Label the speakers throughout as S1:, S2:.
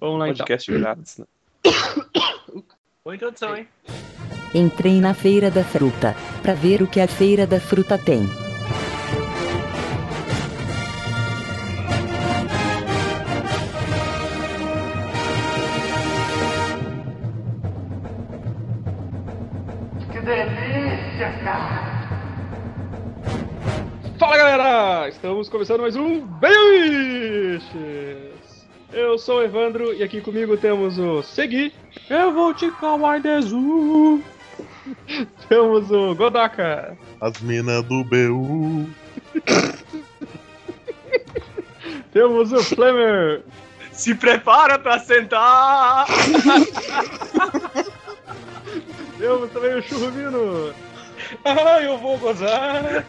S1: Vamos lá então.
S2: Podcast grátis, né?
S1: Boa introdução, hein?
S3: Entrei na Feira da Fruta para ver o que a Feira da Fruta tem.
S4: Que delícia, cara!
S1: Fala galera! Estamos começando mais um Beijos! Eu sou o Evandro e aqui comigo temos o Segui. Eu vou te calmar de azul. Temos o Godaka.
S2: As minas do BU.
S1: Temos o Flamer.
S5: Se prepara pra sentar!
S1: Temos também o Churrumino.
S5: Ah, eu vou gozar!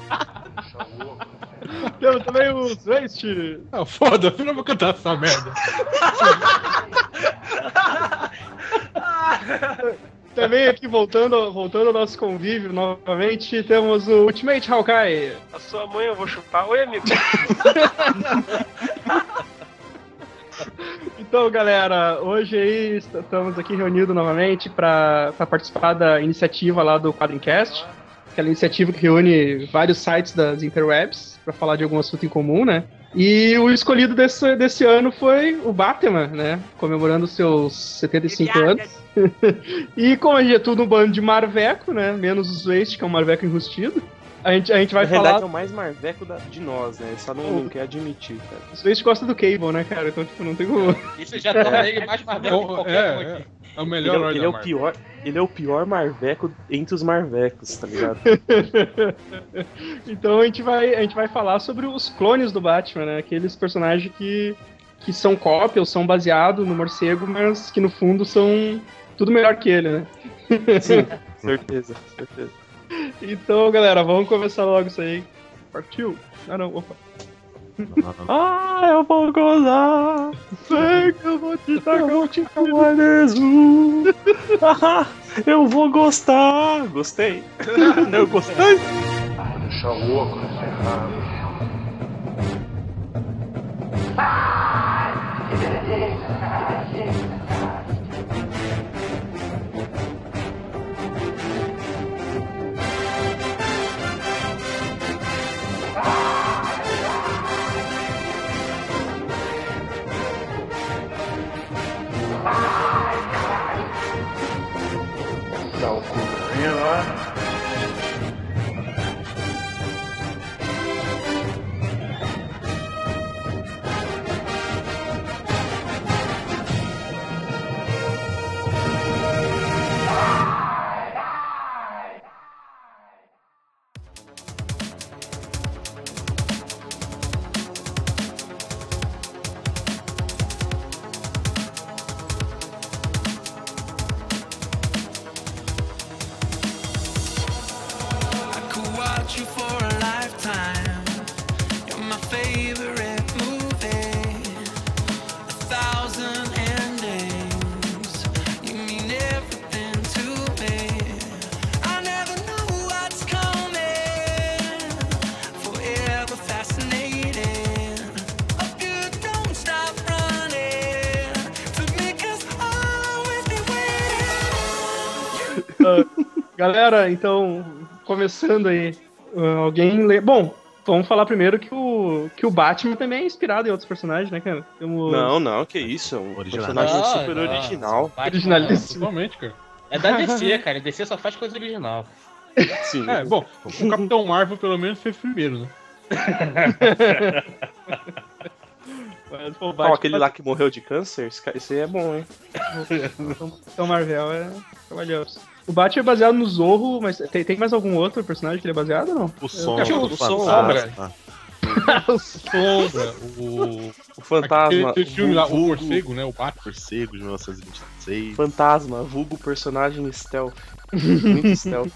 S1: Temos também o Zeste.
S6: Ah, foda-se, eu não vou cantar essa merda.
S1: Também aqui voltando, voltando ao nosso convívio novamente, temos o Ultimate Hawkeye.
S5: A sua mãe eu vou chupar. Oi, amigo.
S1: Então, galera, hoje aí est- estamos aqui reunidos novamente para participar da iniciativa lá do Quadrincast, aquela iniciativa que reúne vários sites das interwebs para falar de algum assunto em comum, né? E o escolhido desse, desse ano foi o Batman, né? Comemorando seus 75 anos. E como a gente é tudo um bando de marveco, né? Menos os Waste, que é um marveco enrustido. A gente, a gente vai
S2: Na verdade,
S1: falar.
S2: é o mais marveco da- de nós, né? Ele Só não, não quer admitir, cara.
S1: Os Waste gostam do Cable, né, cara? Então, tipo, não tem como.
S7: Isso já torna ele mais marvelo que
S6: Ou-
S7: qualquer um
S6: é,
S7: aqui.
S6: é, é o
S2: Ele
S6: melhor
S2: é,
S6: Ordem
S2: ele é
S6: da
S2: o
S6: Marvel.
S2: pior, ele é o pior marveco entre os marvecos, tá ligado?
S1: então a gente, vai, a gente vai falar sobre os clones do Batman, né? Aqueles personagens que, que são cópia ou são baseados no morcego, mas que no fundo são tudo melhor que ele, né?
S2: Sim, certeza, certeza.
S1: Então, galera, vamos começar logo isso aí. Partiu? Ah, não, opa.
S2: Ah, eu vou gozar!
S1: Sei que eu vou te dar
S2: azul! Ah, eu vou gostar! Gostei! eu gostei!
S4: Vou deixar o oco encerrado. Dá o cu pra mim, lá.
S8: I could watch you for a lifetime. You're my favorite movie. A thousand endings. You mean everything to me. I never know what's coming. Forever fascinating. Oh, good, don't stop running. For me, cause I'll always be waiting. You
S1: Galera, então, começando aí. ah, Alguém lê. Bom, vamos falar primeiro que o, que o Batman também é inspirado em outros personagens, né, cara? Temos
S2: Não, não, que isso, é um
S6: Original.
S2: personagem
S7: Não,
S2: super
S7: não.
S2: original.
S7: Batman,
S1: originalíssimo.
S6: Totalmente, cara.
S7: É da DC, cara. DC só faz coisa original.
S2: Sim.
S6: É, bom, o Capitão Marvel pelo menos fez primeiro, né?
S1: Mas, pô, o
S2: Ó,
S1: Batman-
S2: aquele lá que morreu de câncer, esse ca- esse aí é bom, hein?
S1: Então Marvel é cavalheiros. O Batman é baseado no Zorro, mas tem, tem mais algum outro personagem que ele é baseado ou não?
S9: O som
S7: acho
S9: do
S7: o som,
S9: fantasma.
S6: Sombra, o.
S2: O fantasma.
S6: aquele filme lá, o
S2: vulgo-
S6: Morcego, né? O Batman.
S9: Morcego de 1926.
S2: Fantasma, vulgo personagem stealth. Muito stealth.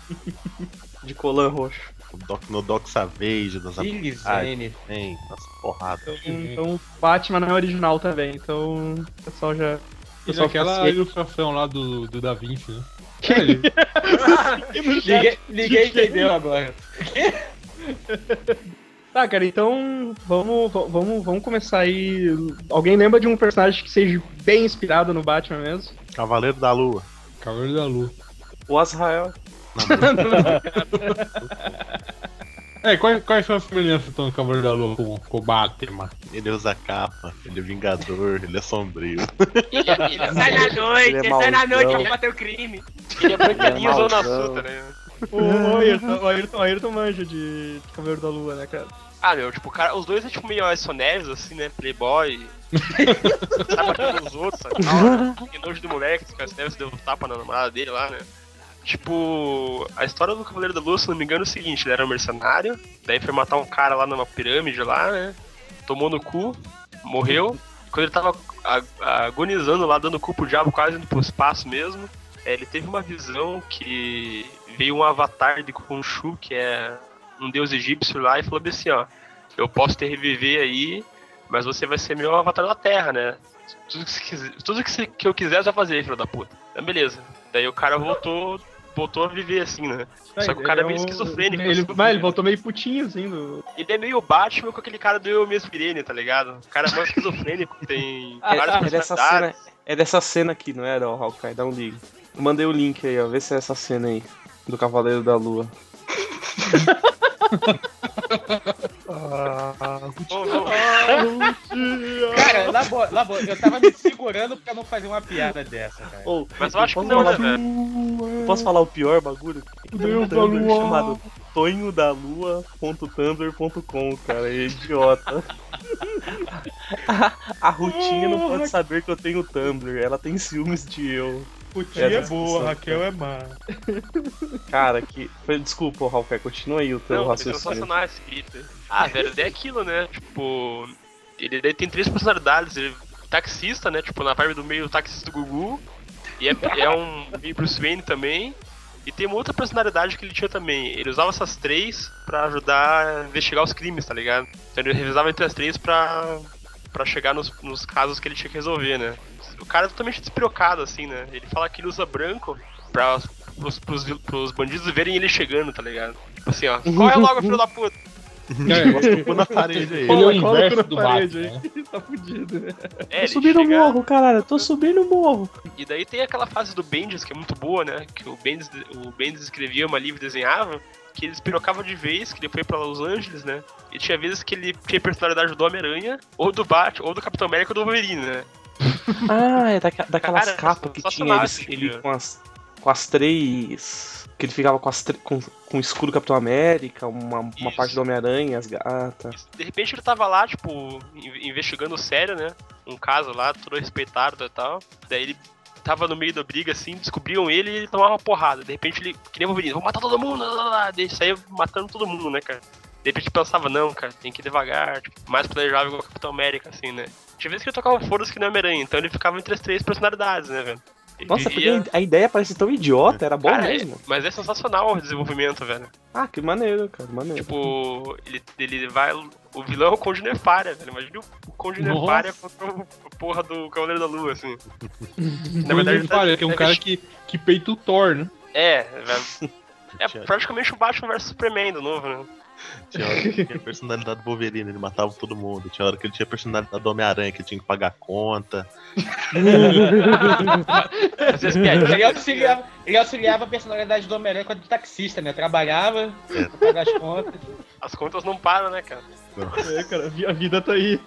S2: De colã roxo.
S9: O Doc, no Doc Savage das
S7: Billy Zane.
S9: Amazem. Nossa, porrada.
S1: Então, então o Batman não é original também, então o pessoal já. O
S6: E
S1: pessoal fica
S6: aquela
S1: ciente.
S6: ilustração lá do, do Da Vinci, né? É, ele-
S7: Ninguém, ninguém entendeu agora.
S1: Tá, cara, então vamos, va- vamos, vamos começar aí. Alguém lembra de um personagem que seja bem inspirado no Batman mesmo?
S9: Cavaleiro da Lua.
S6: Cavaleiro da Lua.
S2: O Azrael.
S6: É, quais, quais são as semelhanças então do Cavaleiro da Lua com, com o Batman?
S9: Ele usa capa, ele é vingador, ele é sombrio.
S8: Sai na noite,
S2: Ele é
S8: sai na
S2: mauzão.
S8: noite pra bater o crime.
S7: Ele é branquelinho,
S2: Ele é
S7: zona
S2: mauzão.
S7: sul, tá ligado?
S1: O o Ayrton, o Ayrton, o Ayrton manja de Cavaleiro da Lua, né, cara?
S8: Ah, meu, tipo, o cara, os dois é tipo meio sonéis, assim, né? Playboy. tapa batendo nos outros, sabe? Tal, Que nojo do moleque, que o Neves deu um tapa na namorada dele lá, né? Tipo, a história do Cavaleiro da Lua, se não me engano, é o seguinte: ele era um mercenário, daí foi matar um cara lá numa pirâmide lá, né? Tomou no cu, morreu. E quando ele tava a- agonizando lá, dando cu pro diabo, quase indo pro espaço mesmo, eh, ele teve uma visão que veio um avatar de Khonshu, que é um deus egípcio lá, e falou bem assim: ó, eu posso te reviver aí, mas você vai ser meu avatar da Terra, né? Tudo que, você quiser, tudo que, você- que eu quiser, você vai fazer, filho da puta. Então, beleza. Daí o cara voltou, voltou a viver assim, né? Só que o cara é meio
S1: Ele um-
S8: esquizofrênico.
S1: Ele,
S8: assim.
S1: mas ele voltou meio putinho, assim. Do...
S8: Ele é meio Batman com aquele cara do Eu Mesmo Irene, tá ligado? O cara é mais esquizofrênico, tem
S2: Ah,
S8: várias
S2: ah, é dessa
S8: personalidades.
S2: É dessa cena aqui, não era, ó, Hawkeye? Dá um ligo. Mandei o link aí, ó. Vê se é essa cena aí. Do Cavaleiro da Lua.
S8: Bom, bom,
S7: Cara, na boa, na boa, eu tava me segurando pra não fazer uma piada dessa, cara.
S2: Ô,
S8: Mas eu acho que
S2: posso
S8: não, né,
S2: falar-
S8: velho?
S2: eu Posso falar o pior bagulho? Tem um Tumblr chamado tonhodalua.tumblr.com, cara. É idiota. a, a Rutinha não pode saber que eu tenho Tumblr. Ela tem ciúmes de eu.
S6: Putinha
S2: é boa, Raquel
S6: é má.
S2: Cara, que. foi- Desculpa, Hawkeye. Continua aí o teu
S8: Não, é
S2: raciocínio.
S8: sensacional a escrita. Ah, velho, daí é aquilo, né? Tipo, ele daí tem três personalidades. Ele é taxista, né? Tipo, na parte do meio, o taxista Gugu. E é, é um meio Bruce Wayne também. E tem uma outra personalidade que ele tinha também. Ele usava essas três pra ajudar a investigar os crimes, tá ligado? Então ele revisava entre as três pra, pra chegar nos, nos casos que ele tinha que resolver, né? O cara é totalmente despirocado, assim, né? Ele fala que ele usa branco pra, pros, pros, pros bandidos verem ele chegando, tá ligado? Tipo assim, ó, corre logo, filho da puta!
S6: é,
S9: Pô na parede aí.
S6: Ele é o
S1: Coloca na
S6: inverso do
S1: parede
S6: Batman. né?
S1: Tá fudido, né?
S2: Tô
S8: É, ele
S2: subindo o
S8: chega-
S2: morro, caralho. Tô subindo o morro.
S8: E daí tem aquela fase do Bendis, que é muito boa, né? Que o Bendis, o Bendis escrevia uma livre e desenhava, que ele espirocava de vez, que ele foi pra Los Angeles, né? E tinha vezes que ele tinha personalidade do Homem-Aranha, ou do Batman, ou do Capitão América ou do Wolverine, né?
S2: Ah, é daquela, daquelas
S8: Cara,
S2: capas que tinha
S8: sensacional
S2: ele,
S8: esse
S2: ele
S8: dia.
S2: com as com as três. Que ele ficava com as tre- com, com o escudo Capitão América, uma, uma
S8: Isso.
S2: parte do Homem-Aranha, as gatas.
S8: De repente ele tava lá, tipo, in- investigando sério, né? Um caso lá, todo respeitado e tal. Daí ele tava no meio da briga, assim, descobriam ele e ele tomava uma porrada. De repente ele, que nem o Wolverine, vou matar todo mundo, lá, lá, lá. Daí ele saía matando todo mundo, né, cara? De repente ele pensava, não, cara, tem que ir devagar, tipo, mais planejável igual o Capitão América, assim, né? Tinha vezes que ele tocava foda-se que não é Homem-Aranha, então ele ficava entre as três personalidades, né, velho? Ele
S2: Nossa,
S8: vivia-
S2: porque a ideia parece tão idiota, era bom
S8: Cara, é-
S2: mesmo.
S8: mas é sensacional o desenvolvimento, velho.
S2: Ah, que maneiro, cara, maneiro.
S8: Tipo, ele, ele vai. O vilão é o Conde Nefária, velho. Imagina o Conde
S6: Nossa.
S8: Nefária contra o a porra do Cavaleiro da Lua, assim.
S6: Na verdade,
S8: tá-
S6: parece que é um
S8: tá
S6: cara
S8: vesti-
S6: que, que peita o Thor, né?
S8: É, velho. É praticamente o Batman vs Superman do novo, né?
S9: Tinha hora que ele tinha personalidade do Wolverine, ele matava todo mundo. Tinha hora que ele tinha personalidade do Homem-Aranha, que ele tinha que pagar conta.
S8: Às vezes
S7: Ele
S8: piadinha.
S7: auxiliava, ele auxiliava a personalidade do Homem-Aranha com a de taxista, né? Trabalhava, pagava as contas.
S8: As contas não param, né, cara?
S1: É, cara, a vi- a vida tá aí.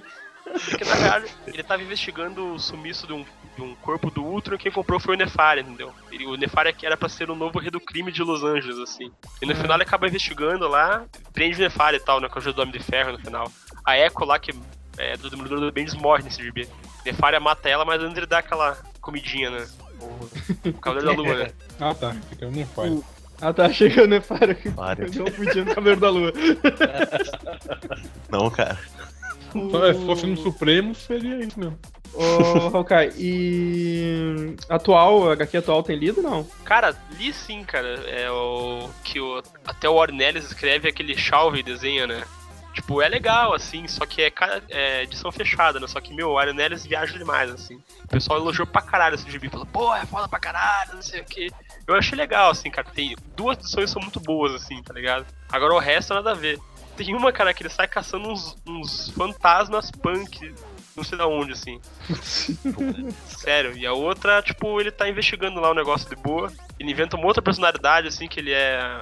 S8: Porque na verdade, ele tava investigando o sumiço de um, de um corpo do Ultron e quem comprou foi o Nefária, entendeu? Ele, o Nefária que era pra ser o novo rei do crime de Los Angeles, assim. E no final ele acaba investigando lá, prende o Nefária e tal, né? Com a ajuda do Homem de Ferro no final. A Echo lá, que é do Demolidor do Bendis, morre nesse gibi. Nefária mata ela, mas antes ele dá aquela comidinha, né? O, o Cavaleiro da Lua, né?
S6: Ah, tá. Então nem faz.
S1: Ah, tá chegando, né, para? que
S9: Para.
S1: Eu não podia no Cavaleiro da Lua.
S9: Não, cara.
S6: Então, Se fosse no Supremo, seria isso mesmo.
S1: Ô, Hawkeye, e. Atual, a HQ atual tem lido não?
S8: Cara, li sim, cara. É o que o, até o Ornelis escreve aquele chave e desenha, né? Tipo, é legal, assim, só que é, cara, é edição fechada, né? Só que, meu, o Ornelis viaja demais, assim. O pessoal elogiou pra caralho esse gibi. Falou, pô, é foda pra caralho, não sei o quê. Eu achei legal, assim, cara. Tem duas edições que são muito boas, assim, tá ligado? Agora o resto nada a ver. Tem uma, cara, que ele sai caçando uns, uns fantasmas punk, Um não sei da onde, assim. Sério, e a outra, tipo, ele tá investigando lá o negócio de boa. Ele inventa uma outra personalidade, assim, que ele é,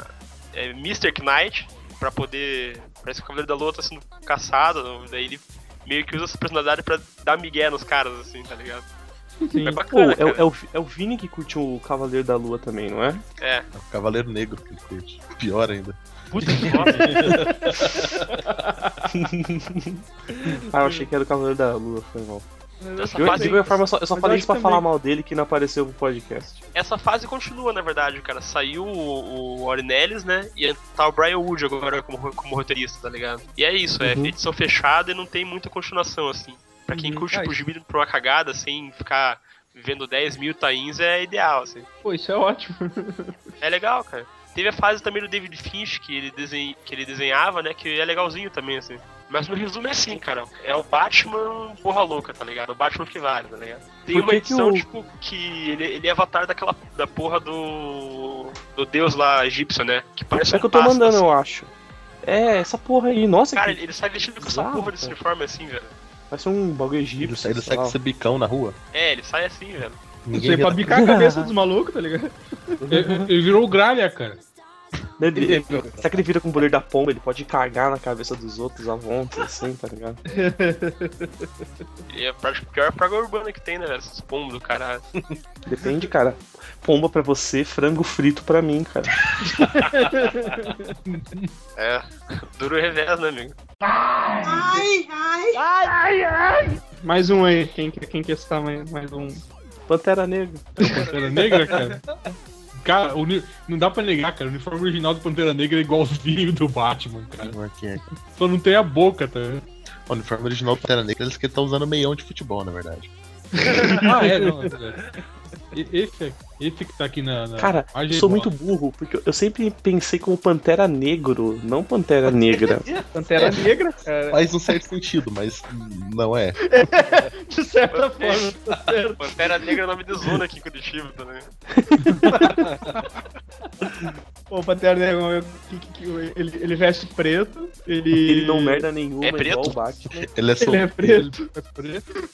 S8: é Mr. Knight, pra poder. Parece que o Cavaleiro da Lua tá sendo caçado, daí ele meio que usa essa personalidade pra dar migué nos caras, assim, tá ligado?
S2: Sim.
S8: É bacana,
S2: Pô, é, o-
S8: cara.
S2: é o, é o Vini que curtiu o Cavaleiro da Lua também, não é?
S8: É.
S9: É o Cavaleiro Negro que ele curte. Pior ainda.
S8: Puta que foda.
S2: Ah, eu achei que era o Cavaleiro da Lua, foi mal.
S8: Essa
S2: Eu, de
S8: fase,
S2: qualquer forma, eu só, eu só
S1: Mas eu
S2: falei
S1: acho
S2: isso pra
S1: que
S2: falar
S1: também-
S2: mal dele que não apareceu pro podcast.
S8: essa fase continua, na verdade, cara. Saiu o, o Ornelis, né? E tá o Brian Wood agora como, ro- como roteirista, tá ligado? E é isso, é edição fechada e não tem muita continuação, assim. Pra quem
S1: Uhum.
S8: curte
S1: Ah,
S8: pro
S1: isso.
S8: gibi pra uma cagada, sem ficar vendo 10 mil tains, é ideal, assim.
S1: Pô, isso é ótimo.
S8: É legal, cara. Teve a fase também do David Finch, que ele, desen- que ele desenhava, né? Que é legalzinho também, assim. Mas no resumo é assim, cara. É o Batman porra louca, tá ligado? O Batman que vale, tá ligado? Tem
S2: Por
S8: uma
S2: que que
S8: edição,
S2: o-
S8: tipo, que ele, ele é avatar daquela da porra do. do deus lá egípcio, né? Que parece
S2: É
S8: um
S2: que eu tô
S8: pássaro,
S2: mandando,
S8: assim.
S2: eu acho. É, essa porra aí, nossa,
S8: Cara,
S2: que...
S8: ele sai vestido com essa
S2: Bizarro,
S8: porra desse
S2: cara.
S8: uniforme assim, velho.
S2: vai ser um bagulho
S9: Ele
S2: egípcio.
S9: sai do
S2: sei lá.
S9: sexo bicão na rua.
S8: É, ele sai assim, velho.
S1: Isso aí pra bicar a cabeça dos malucos, tá ligado?
S6: Ele, ele virou o Gralha, cara.
S2: Ele- ele- Será que ele vira com o poder da pomba? Ele pode cagar na cabeça dos outros à vontade, assim, tá ligado?
S8: Ele é praticamente a pior praga urbana que tem, né, velho? Esses pombos do caralho.
S2: Depende, cara. Pomba pra você, frango frito pra mim, cara.
S8: É. Duro revés, né, amigo?
S1: Mais um aí, quem, quem quer citar mais, mais um?
S2: Pantera Negra.
S6: Pantera Negra, cara. Cara, o uni- não dá pra negar, cara. O uniforme original do Pantera Negra é igualzinho do Batman, cara.
S9: O
S6: Só não tem a boca, tá? ligado?
S9: uniforme original do Pantera Negra, eles que estão usando meião de futebol, na verdade.
S6: Ah, é, não. é. E- Esse, é- esse que tá aqui na. na
S2: Cara, eu
S6: imagem
S2: sou
S6: é
S2: muito
S6: igual.
S2: burro, porque eu- eu sempre pensei como Pantera Negro, não Pantera Negra.
S1: Pantera Negra, cara.
S9: Faz um certo sentido, mas não é.
S1: De certa forma, tá certo.
S8: Pantera Negra é nome de zona aqui em Curitiba, tá ligado?
S1: Pô, o Pantera Negra, que- que- que- ele, ele veste preto, ele...
S2: Ele não merda nenhuma,
S8: É preto?
S2: igual o Batman.
S9: Ele é só.
S1: Ele é preto.
S6: É preto.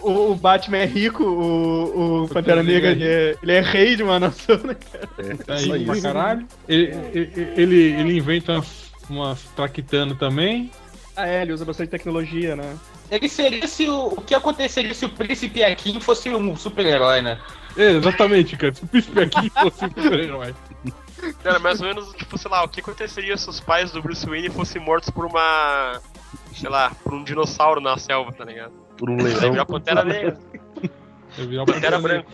S1: O, o Batman é rico, o, o Pantera
S6: Pantera Negra
S1: Negra, ele
S6: é
S1: é, ele é rei de uma nação, né?
S6: Tá
S9: Isso aí.
S6: aí pra caralho. Ele, ele, ele- ele inventa umas, umas traquitano também.
S1: Ah, é, ele usa bastante tecnologia, né?
S7: Ele seria se o, o que aconteceria se o príncipe Akin fosse um super-herói, né?
S6: É, exatamente, cara. Se o príncipe aqui fosse um super-herói.
S8: Era mais ou menos, tipo, sei lá, o que aconteceria se os pais do Bruce Wayne fossem mortos por uma. Sei lá, por um dinossauro na selva, tá ligado?
S9: Por um
S8: Vai
S2: Então,
S9: leão.
S8: virar Pantera Negra,
S6: Ele virou uma
S8: Pantera Branca.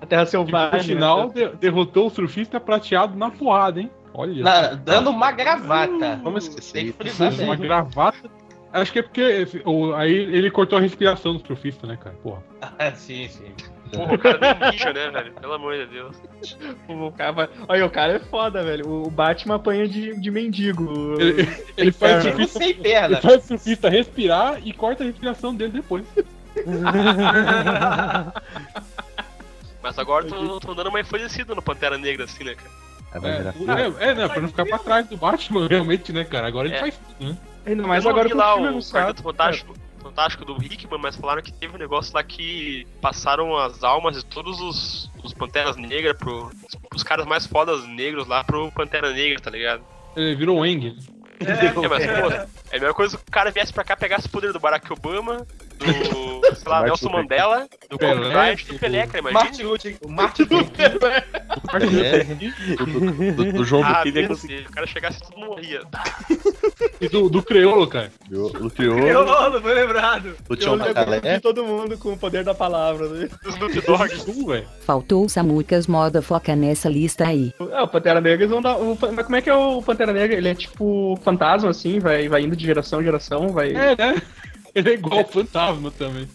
S1: A Terra
S6: E por
S1: Selvagem.
S6: final,
S1: né?
S6: de- derrotou o surfista prateado na porrada, hein? Olha.
S7: Na- dando uma gravata.
S9: Vamos
S7: Hum. Tem que
S9: esquecer.
S7: frisar
S6: Fez uma
S7: bem.
S6: gravata. Acho que é porque esse- o- aí ele cortou a respiração do surfista, né, cara? Porra.
S7: Ah, sim, sim.
S8: Porra, o cara nem bicho, né, velho? Pelo amor de Deus.
S1: O cara vai- Olha, o cara é foda, velho. O Batman apanha de, de mendigo.
S6: Ele, ele faz, o
S7: Tipo
S6: surfista,
S7: sem
S6: ele
S7: perna.
S6: faz o surfista respirar e corta a respiração dele depois.
S8: Mas agora eu tô, tô dando uma enfurecida no Pantera Negra, assim, né, cara?
S9: Aí vai virar filho.
S6: É, é, né? Pra não ficar pra trás do Batman, realmente, né, cara? Agora ele
S8: É.
S6: faz tudo, né?
S1: Ainda mais
S8: eu não
S1: agora
S8: vi
S1: com
S8: lá
S1: filme
S8: o
S1: anunciado. é.
S8: Quarteto Fantástico, Fantástico do Hickman, mas falaram que teve um negócio lá que passaram as almas de todos os, os Panteras Negras pro. Os caras mais fodas negros lá pro Pantera Negra, tá ligado?
S6: Ele virou um Eng.
S8: É, mas, pô, é a mesma coisa que o cara viesse pra cá, pegasse o poder do Barack Obama, do, sei lá,
S9: Martin
S8: Nelson
S9: Luther
S8: Mandela, do
S6: Pelé,
S8: Copyright, do
S6: do-
S8: Pelé, cara, imagina.
S7: Martin Luther, o Martin Luther
S1: é,
S9: Do, é. do- do João
S8: Ah,
S2: Ele é ia
S8: meu Deus, se o cara chegasse todo mundo morria.
S6: E do, do Creolo, cara.
S9: do, do Criolo,
S8: não foi lembrado.
S9: do
S1: Eu
S9: Tião
S1: lembro de
S9: Macalé.
S1: todo mundo com o poder da palavra. Né?
S8: Do Snoop Dogg.
S6: Sul, é um, velho.
S3: Faltou o Samucas Moda Foca nessa lista aí.
S1: Ah, o Pantera Negra, eles vão dar. o Pan- mas como é que é o Pantera Negra? Ele é tipo fantasma, assim, vai, vai indo de geração em geração, vai.
S6: É, né? Ele é igual o fantasma também.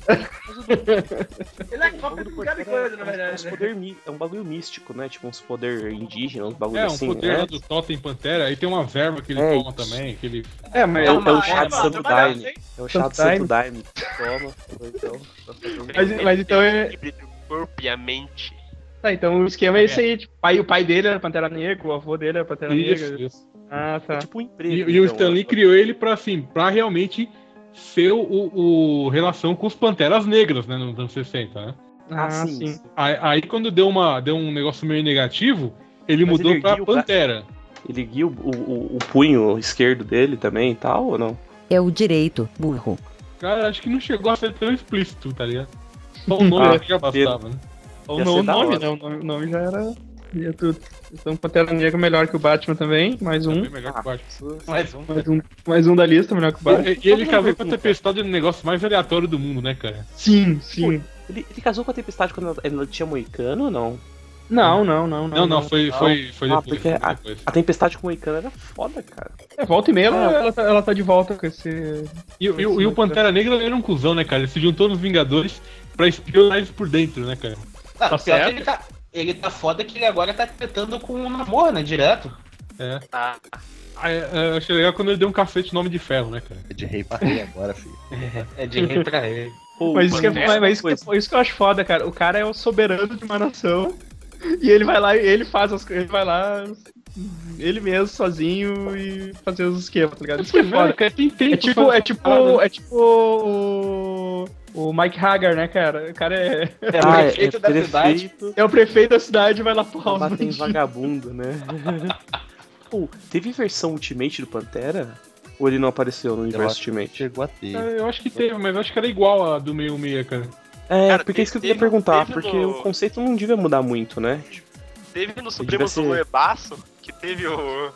S7: Ele é cópia de um bocado de coisa, na
S2: Uns
S7: verdade. né?
S2: poder mi- é um bagulho místico, né? Tipo uns poder indígena, uns bagulho
S6: É, um
S2: assim.
S6: poder
S2: né?
S6: lá do Totem Pantera. Aí tem uma verba que ele
S2: É
S6: toma
S2: isso.
S6: também. Que ele...
S1: É, mas
S2: É o, é o
S7: uma
S2: chá de
S7: erva,
S2: Santo
S7: trabalhar,
S2: Daime.
S7: hein?
S2: É o chá de
S1: Santo
S2: Santo Daime. Toma. Então, pra fazer um-
S1: Mas- mas então é-
S8: O corpo e a mente.
S1: É. Tá, então o esquema é esse aí. Tipo, pai, o pai dele era Pantera Negra, o avô dele era Pantera
S6: Isso,
S1: Negra.
S6: isso.
S1: Ah,
S2: É
S1: tá.
S2: tipo um emprego.
S6: E, e o
S2: então,
S6: Stanley
S2: é-
S6: criou ele pra, assim, pra realmente ser o, o, o relação com os Panteras Negras, né, nos anos 60, né?
S1: Ah,
S2: Ah,
S1: sim.
S2: sim.
S6: Aí, aí quando deu, uma, deu um negócio meio negativo, ele
S2: Mas
S6: mudou
S2: ele
S6: pra
S2: erguiu o braço.
S6: Pantera.
S2: Ele guia o, o, o- o punho esquerdo dele também e tal, ou não?
S3: É o direito, burro.
S6: Cara, acho que não chegou a ser tão explícito, tá ligado? Só o nome
S2: Ah,
S6: já bastava, né?
S1: Ou
S2: Ia
S1: não,
S2: ser
S1: o
S2: da
S1: nome,
S2: hora.
S1: né? O nome, o nome já era. ia tudo. Então, Pantera Negra é melhor que o Batman também. Mais um.
S6: Bem melhor que o Batman.
S7: Ah, Mais um.
S1: Mais um, mais um da lista, melhor que o Batman.
S6: E- E ele
S2: Todo
S6: casou
S2: mundo
S6: com a
S2: pergunta.
S6: tempestade no negócio mais aleatório do mundo, né, cara?
S1: Sim, sim.
S2: Ele, ele casou com a Tempestade quando ela- ela tinha moicano ou não?
S1: Não, não, não.
S6: Não, não, foi, foi, foi
S2: Ah, porque
S6: depois. foi
S2: a-
S6: depois.
S2: A Tempestade com moicano era foda, cara.
S1: É, volta e meia, ela, ela, tá, ela tá de volta com esse.
S6: E, e o- e o Pantera Negra ele era um cuzão, né, cara? Ele se juntou nos Vingadores pra espionar eles por dentro, né, cara?
S7: Não,
S1: Tá
S7: pior que
S1: certo.
S7: ele tá, ele tá foda que ele agora tá tentando com o namoro, né? Direto.
S6: É.
S5: Ah,
S6: Ah, é, é, eu achei legal quando ele deu um cacete no Homem de Ferro, né, cara?
S9: É de rei pra rei agora, filho.
S7: É de rei pra rei.
S2: Pô,
S1: Mas isso, que é,
S2: mano,
S1: mas isso,
S2: coisa.
S1: que, é- isso que eu acho foda, cara. O cara é o soberano de uma nação. E ele vai lá, e ele faz as coisas, ele vai lá, ele mesmo, sozinho, e fazer os esquemas, tá ligado? Isso que é foda.
S6: cara, né? tem tempo.
S1: É tipo, é tipo, é tipo o, o Mike Hagar, né, cara? O cara é,
S7: É
S2: Ah,
S7: o
S2: é,
S7: prefeito
S2: é
S7: da cidade.
S2: prefeito.
S1: é o prefeito da cidade e vai lá porra os
S2: Bater em
S1: bandidos.
S2: vagabundo, né? Pô, teve versão Ultimate do Pantera? Ou ele não apareceu no
S9: Eu
S2: universo
S9: acho que
S2: Ultimate?
S9: chegou a ter.
S6: Eu acho que teve, mas eu acho que era igual a do meio meia, cara.
S2: É,
S5: Cara,
S2: porque é isso que eu
S5: teve-
S2: queria perguntar,
S5: teve
S2: porque
S5: no-
S2: o conceito não devia mudar muito, né?
S5: Teve no Supremo
S2: ser-
S5: do Ebaço que teve o.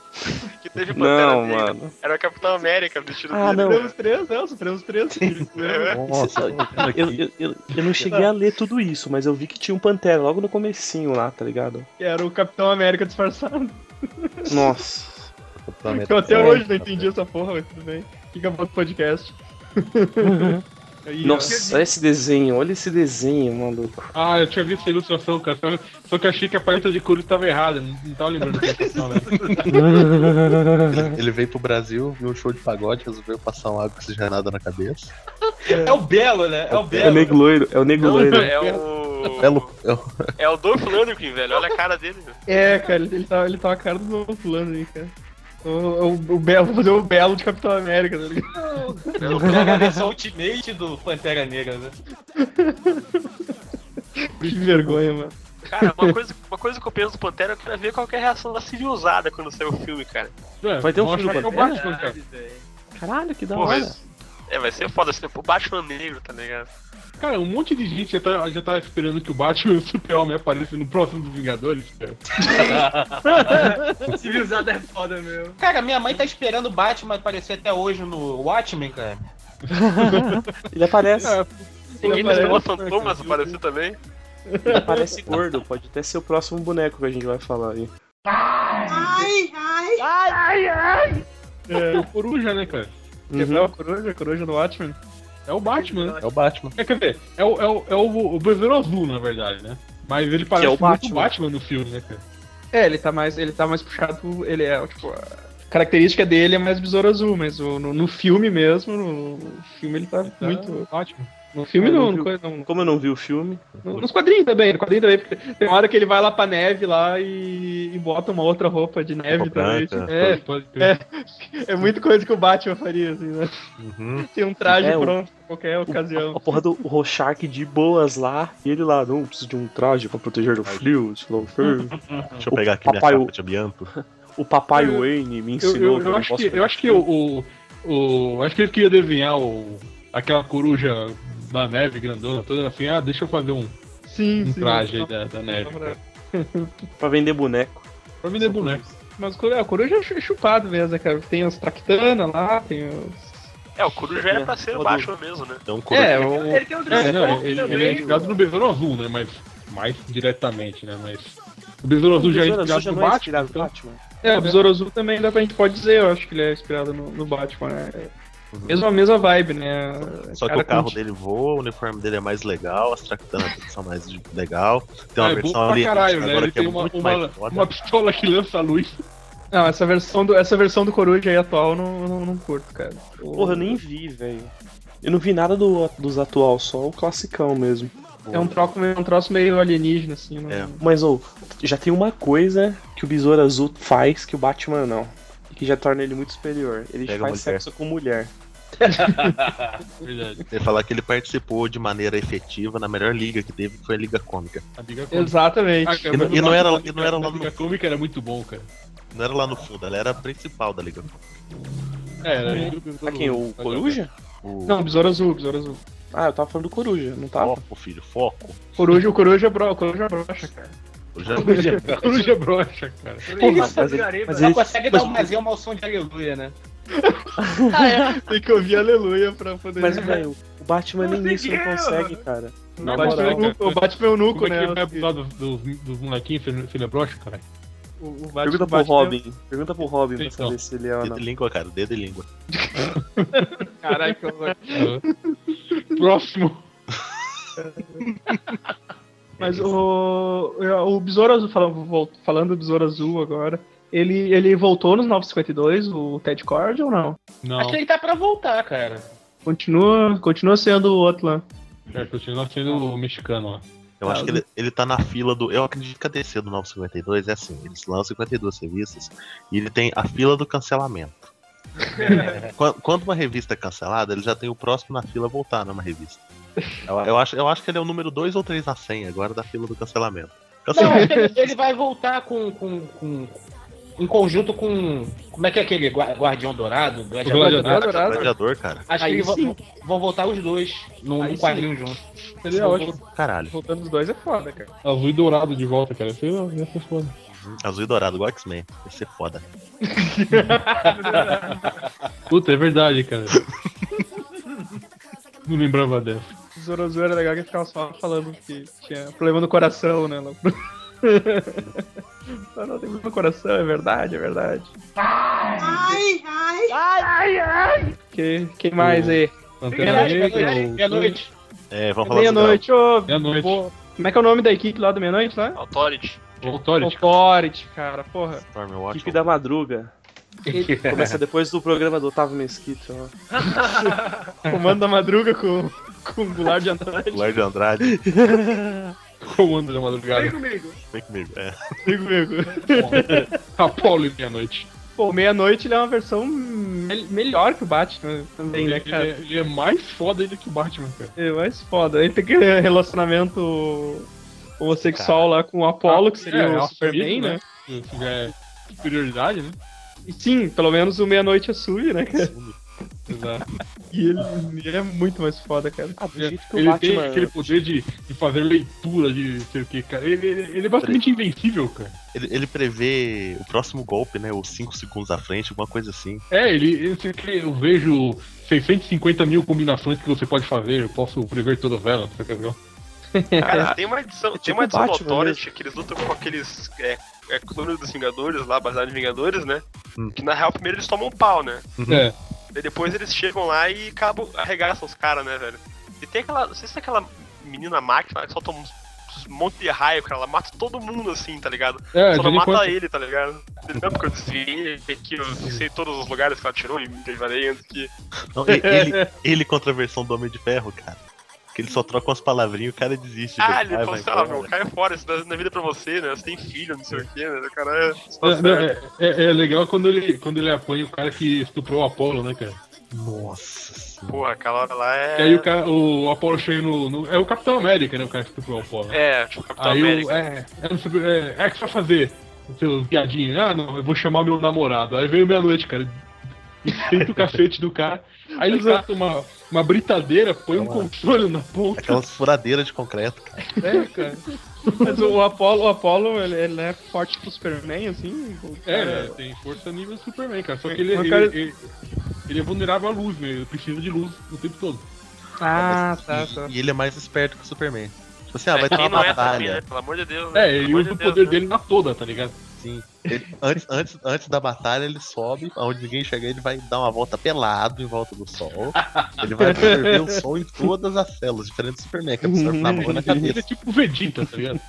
S5: que teve o Pantera
S2: Não,
S5: Negra.
S2: mano.
S5: Era o Capitão América vestido
S2: Ah,
S5: dele.
S1: Supremos três, não, Supremos três. É.
S9: Nossa, eu tô vendo
S2: Eu,
S9: é aqui.
S2: eu, eu, eu não cheguei a ler tudo isso, mas eu vi que tinha um Pantera logo no comecinho lá, tá ligado?
S1: Que era o Capitão América disfarçado.
S2: Nossa.
S9: Totalmente
S1: Que eu até
S9: certo,
S1: hoje não
S9: cara.
S1: entendi essa porra, mas tudo bem. Fica bom pro podcast. Aí, ó.
S2: Nossa, olha esse desenho, olha esse desenho, maluco.
S6: Ah, eu tinha visto essa ilustração, cara. Só, só que achei que a paleta de couro tava errada. Não, não tava lembrando que era né?
S9: Ele- Ele veio pro Brasil, viu um show de pagode, resolveu passar um água oxigenada na cabeça.
S7: É o Belo, né? É o
S2: É o
S7: Belo.
S2: negro loiro, é o negro loiro.
S5: É o.
S9: Belo. eu-
S5: É o Dolph Lundgren, velho. Olha a cara dele. velho.
S1: É, cara, ele tá, ele tá a cara do novo plano aí, cara. O, o- o Belo, vou fazer o Belo de Capitão América, tá ligado?
S7: É Pega a versão ultimate do Pantera Negra, né?
S1: Que vergonha, mano.
S5: Cara, uma coisa, uma coisa que eu penso do Pantera, eu quero ver qual que é a reação da Civil usada quando sair o filme, cara.
S6: Ué,
S2: Vai ter um
S6: vão
S2: filme
S6: achar que é o
S2: Pantera?
S6: Batman, cara.
S2: Caralho, que da
S5: Porra,
S2: hora.
S5: isso- É, vai ser foda, ser o Batman negro, tá ligado?
S6: Cara, um monte de gente já tá, já tá esperando que o Batman e o Super-Homem apareçam no próximo dos Vingadores, cara.
S1: Civilizado é foda mesmo.
S7: Cara, minha mãe tá esperando o Batman aparecer até hoje no Watchmen, cara.
S2: Ele aparece,
S6: É,
S5: Ninguém
S1: parece,
S5: tá esperando o
S1: né,
S5: Fantomas aparecer também.
S2: ele aparece
S6: assim.
S2: gordo, pode até ser o próximo boneco que a gente vai falar aí.
S6: é o Coruja, né, cara?
S1: Quebrar o Coruja, Coruja do Watchmen.
S6: É o Batman, né?
S9: É o Batman.
S6: É, quer dizer, é o, é o, é o, o Besouro Azul, na verdade, né? Mas ele parece
S2: é o
S6: muito
S2: Batman.
S6: Batman no filme, né, cara?
S1: É, ele tá mais, ele tá mais puxado, pro- ele é, tipo, a característica dele é mais Besouro Azul, mas o- no, no filme mesmo, no, no filme ele tá muito...
S6: Batman.
S1: No filme
S2: É, no
S1: não, no coisa
S2: filme.
S1: não,
S2: Como eu não vi o filme,
S1: No- Nos quadrinhos também, no quadrinho também, porque tem uma hora que ele vai lá pra neve lá e, e bota uma outra roupa de neve
S9: Roupa
S1: também.
S9: branca.
S1: É,
S6: Pode crer.
S1: é muita coisa que o Batman faria, assim, né?
S9: Uhum.
S1: Tem um traje
S2: É, o-
S1: pronto pra qualquer
S2: o,
S1: ocasião.
S6: Um
S2: a porra do Rorschach de boas lá, e ele lá, não, preciso de um traje pra proteger do frio, de novo frio.
S9: Deixa eu
S2: O
S9: pegar aqui minha
S2: papai-
S9: capa de amianto.
S2: O papai
S6: Eu-
S2: Wayne me
S6: Eu,
S2: ensinou
S6: eu,
S2: que
S6: eu
S2: não
S6: acho
S2: posso
S6: que, eu
S2: pegar
S6: acho que o, o, o- Acho que ele queria desenhar o, aquela coruja da neve grandona toda, assim, ah, deixa eu fazer um,
S1: Sim,
S6: um
S1: sim.
S6: traje aí da, da neve. cara.
S2: pra vender boneco.
S6: Pra vender boneco.
S1: Mas o coru- é, o coruja é chu- chupado mesmo, né, cara? Tem os Tractana lá, tem os.
S5: É, o Coruja era pra ser o
S2: Todo-
S5: Batman mesmo, né?
S9: Então, quando
S1: É, o.
S5: tem o
S6: É, não, ele, ele é inspirado no Besouro Azul, né? Mas mais diretamente, né? Mas. O Besouro Azul já é
S2: Besouro Azul
S6: inspirado
S2: já
S6: no
S2: não é
S6: Batman.
S2: inspirado no
S6: então-
S2: Batman.
S1: É, o Besouro Azul também dá pra gente pode dizer, eu acho que ele é inspirado no, no Batman, né? É Mesma, mesma vibe, né?
S9: Uhum. Só que
S1: Cara
S9: o carro
S1: com-
S9: dele voa, o uniforme dele é mais legal, as tractanas são mais de- legal. Tem uma
S6: Ah, é bom
S9: versão
S6: pra
S9: ali
S6: caralho, né?
S9: agora
S6: Ele
S9: que é
S6: tem uma,
S9: muito
S6: uma,
S9: mais foda.
S6: uma pistola que lança a luz.
S1: Não, essa versão do, essa versão do Coruja aí atual eu não, não, não curto, cara.
S2: Porra, eu nem vi, velho. Eu não vi nada do- dos atual, só o classicão mesmo.
S1: É um, troco meio, um troço meio alienígena, assim. Não...
S9: É.
S2: Mas, ô, já tem uma coisa que o Besouro Azul faz que o Batman não. que já torna ele muito superior. Ele
S9: Pega
S2: faz
S9: mulher.
S2: sexo com mulher.
S6: Verdade.
S9: Ele falar que ele participou de maneira efetiva na melhor liga que teve, que foi a Liga Cômica.
S6: A Biga Cômica. Ah,
S1: Exatamente.
S6: cara,
S9: E não-
S6: mas
S9: e não era-
S6: na
S9: e não era
S6: Biga-
S9: lá
S6: na Biga
S9: no-
S6: Cômica era muito bom, cara.
S9: Não era lá no fundo, ela era a principal da Liga Cômica.
S6: É, era.
S2: Pra quem? O Coruja?
S9: O
S1: Não, Besouro Azul, Besouro Azul.
S2: Ah, eu tava falando do Coruja, não tava?
S9: foco, filho, foco.
S1: Coruja, o Coruja é bro, o Coruja é brocha, cara.
S9: Eu já-
S6: Coruja brocha, cara.
S2: Pô, mas,
S7: Isso,
S2: mas ele,
S5: Vigarei,
S2: mas
S7: Só
S2: ele-
S7: consegue dar um vazio ao mau som de aleluia, né?
S1: Tem que ouvir aleluia pra poder.
S2: mas, velho, o Batman nem isso não
S5: Conseguiu!
S2: consegue, cara.
S1: o
S6: Na
S1: Batman é
S2: né?
S6: moral,
S1: o nuco,
S6: cara.
S1: o Batman é o nuco,
S6: Como é que
S1: né?
S6: ele vai pro lado dos, dos molequinhos, filha- filha brocha, cara?
S1: O, o Batman-
S2: Pergunta pro
S1: Batman- é um
S2: Robin. Pergunta pro Robin pra
S6: Então.
S2: saber se ele é ou
S9: Dedo
S2: não.
S9: e língua, cara, dedo e língua.
S1: Caralho, que horror.
S6: Próximo.
S1: Mas o, o Besouro Azul, falando, vol- falando do Besouro Azul agora, ele, ele voltou nos 952, o Ted Cord ou não?
S6: Não,
S7: Acho que ele tá pra voltar, cara.
S1: Continua, continua sendo o outro lá.
S6: cara, é, continua sendo o mexicano lá.
S9: Eu acho que ele, ele tá na fila do. Eu acredito que a DC do 952 é assim: eles lançam 52 revistas e ele tem a fila do cancelamento. Quan- Quando uma revista é cancelada, ele já tem o próximo na fila voltar numa revista. Eu, eu acho, eu acho que ele é o número 2 ou 3 na senha agora da fila do cancelamento.
S7: Não, é
S9: Cancelamento.
S7: acho que ele, ele vai voltar com, com, com- Em conjunto com. Como é que é aquele? Gua- Guardião Dourado? Guardião Dourado?
S6: Gladiador.
S9: Não,
S1: Adorado.
S9: gladiador, cara.
S7: Acho que
S1: Aí
S7: eles vão-
S1: sim.
S7: vão voltar os dois num,
S1: Aí
S7: num
S1: sim.
S7: quadrinho junto.
S1: Seria É ótimo.
S9: Caralho.
S1: Voltando os dois é foda, cara.
S6: Azul e dourado de volta, cara. Isso ia ser foda.
S9: Azul e dourado, igual X-Men. Vai ser foda.
S6: Puta, é verdade, cara. Não lembrava dessa.
S1: O Besouro Azul era legal que ficava só falando que tinha problema no coração, né? Lá. Só não tem problema no coração, é verdade, é verdade. Que, quem mais aí?
S6: Antena
S1: Verdade,
S6: Negra.
S7: Meia noite.
S9: É, vamos falar do Grau.
S1: Meia-noite, ô.
S6: Meia-noite.
S1: pô, Como é que é o nome da equipe lá do Meia-Noite lá?
S5: Authority.
S6: Voltório,
S1: Authority, cara, porra.
S9: Stormwatch.
S2: Equipe da Madruga. Começa depois do programa do Otávio Mesquita. ó.
S1: Comando da madruga com, com o Goulart de Andrade.
S9: Lorde Andrade.
S6: comando da madrugada.
S9: Vem comigo. É.
S1: Digo, amigo.
S6: Apolo e meia-noite.
S1: Pô, Meia-Noite ele é uma versão mel- melhor que o Batman também,
S6: Ele,
S1: né, cara?
S6: é- ele é mais foda ainda que o Batman, cara.
S1: É mais foda. Ele tem aquele relacionamento homossexual lá com o
S6: Ah,
S1: Apollo, que
S6: é,
S1: seria o Superman, né?
S6: Se tiver superioridade, né?
S1: E sim, pelo menos o Meia-Noite assume, né, cara?
S6: Exato.
S1: E ele, ele é muito mais foda, cara.
S2: Ah, do
S6: Ele,
S2: jeito que o
S6: tem
S2: Batman.
S6: aquele poder de, de fazer leitura de sei o que, cara. Ele, ele- ele é basicamente invencível, cara.
S9: Ele, ele prevê o próximo golpe, né? Os 5 segundos à frente, alguma coisa assim.
S6: É, ele, ele- sei o quê, eu vejo 650 mil combinações que você pode fazer, eu posso prever todas elas, você quer ver?
S5: Cara, tem uma edição, tem
S2: tipo
S5: uma edição do
S2: Batman
S5: Authority que eles lutam com aqueles é, é, clones dos Vingadores lá, baseado em Vingadores, né? Que na real primeiro eles tomam um pau, né?
S6: É.
S5: Daí depois eles chegam lá e acabam, arregaçam os caras, né, velho? E tem aquela. Não sei se é aquela menina máquina lá que solta uns, uns monte de raio, cara. Ela mata todo mundo assim, tá ligado?
S6: É,
S5: Só não
S6: Johnny
S5: mata
S6: Quantum.
S5: ele, tá ligado? Não, porque eu desviei, que eu sei todos os lugares que ela tirou e me preparei antes que.
S9: Não, e- ele, ele contra a versão do Homem de Ferro, cara. Que ele só troca umas palavrinhas e o cara desiste.
S5: Ah,
S9: Ele vai,
S5: ele falou
S9: vai
S5: assim, ah,
S9: embora.
S5: meu, cai fora, isso não é vida pra você, né? Você tem filho, não sei o quê, né? O cara é. Tá
S6: É,
S5: certo.
S6: é- é- é legal quando ele, quando ele apanha o cara que estuprou o Apolo, né, cara?
S9: Nossa senhora.
S5: Porra, aquela hora lá é.
S6: E aí o, cara, o Apolo chega no, no- É o Capitão América, né? O cara que estuprou o Apolo.
S5: É, tipo, Capitão
S6: Aí o.
S5: América.
S6: É, é, não sei- é, é, o que você vai fazer? Seu piadinho. Ah, não, eu vou chamar meu namorado. Aí veio meia-noite, cara. Tenta o cacete do cara. Aí ele cata uma, uma britadeira, põe um controle na ponta.
S9: Aquelas furadeiras de concreto, cara.
S6: É, cara.
S1: Mas o Apollo, o Apollo ele, ele é forte pro Superman, assim. o
S6: É,
S1: cara-
S6: tem força nível Superman, cara. Só que ele,
S1: Mas,
S6: ele,
S1: cara-
S6: ele- ele é vulnerável à luz, né? Ele precisa de luz o tempo todo.
S1: Ah, tá,
S9: E-
S1: tá.
S9: E ele é mais esperto que o Superman. Tipo assim, ah, vai ter
S5: Quem
S9: uma
S5: não é também,
S9: batalha.
S5: né? Pelo amor de Deus.
S6: É,
S5: né?
S6: ele
S5: Pelo amor
S6: usa o
S5: de Deus,
S6: poder
S5: né?
S6: dele na toda, tá ligado?
S9: Sim. Ele- antes, antes, antes da batalha, ele sobe, onde ninguém chega, ele vai dar uma volta pelado em volta do sol. Ele vai absorver o sol em todas as células, diferente do Superman, que absorve na mão e na
S6: Ele é
S9: cabeça.
S6: tipo o Vegeta, tá ligado?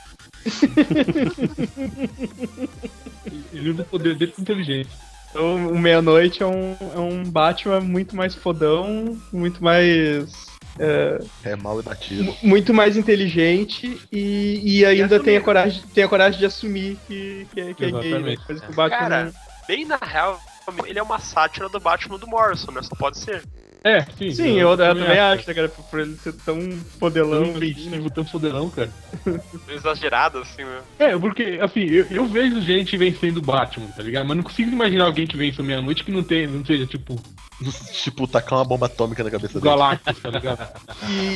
S6: ele usa o poder dele com inteligência.
S1: Então, o Meia-Noite é um, é um Batman muito mais fodão, muito mais. é,
S9: É mal e batido.
S1: mu- muito mais inteligente e, e ainda tem, a coragem, tem a coragem de assumir que, que, é- que é gay. né?
S6: Exatamente.
S1: Coisa que o Batman
S5: Cara,
S1: não-
S5: Bem na real, ele é uma sátira do Batman do Morrison, né? Só pode ser.
S6: É, sim.
S1: Sim, eu, eu também acho, né, cara? Por, por ele ser tão assim,
S6: Tão
S1: fodelão.
S6: invencivo, tão foderão, um cara.
S5: Exagerado, assim, né?
S6: É, porque, assim, eu, eu vejo gente vencendo o Batman, tá ligado? Mas não consigo imaginar alguém que vence o meia-noite que não, tem, não seja, tipo,
S9: tipo, tacar uma bomba atômica na cabeça dele.
S6: Galactus, tá ligado?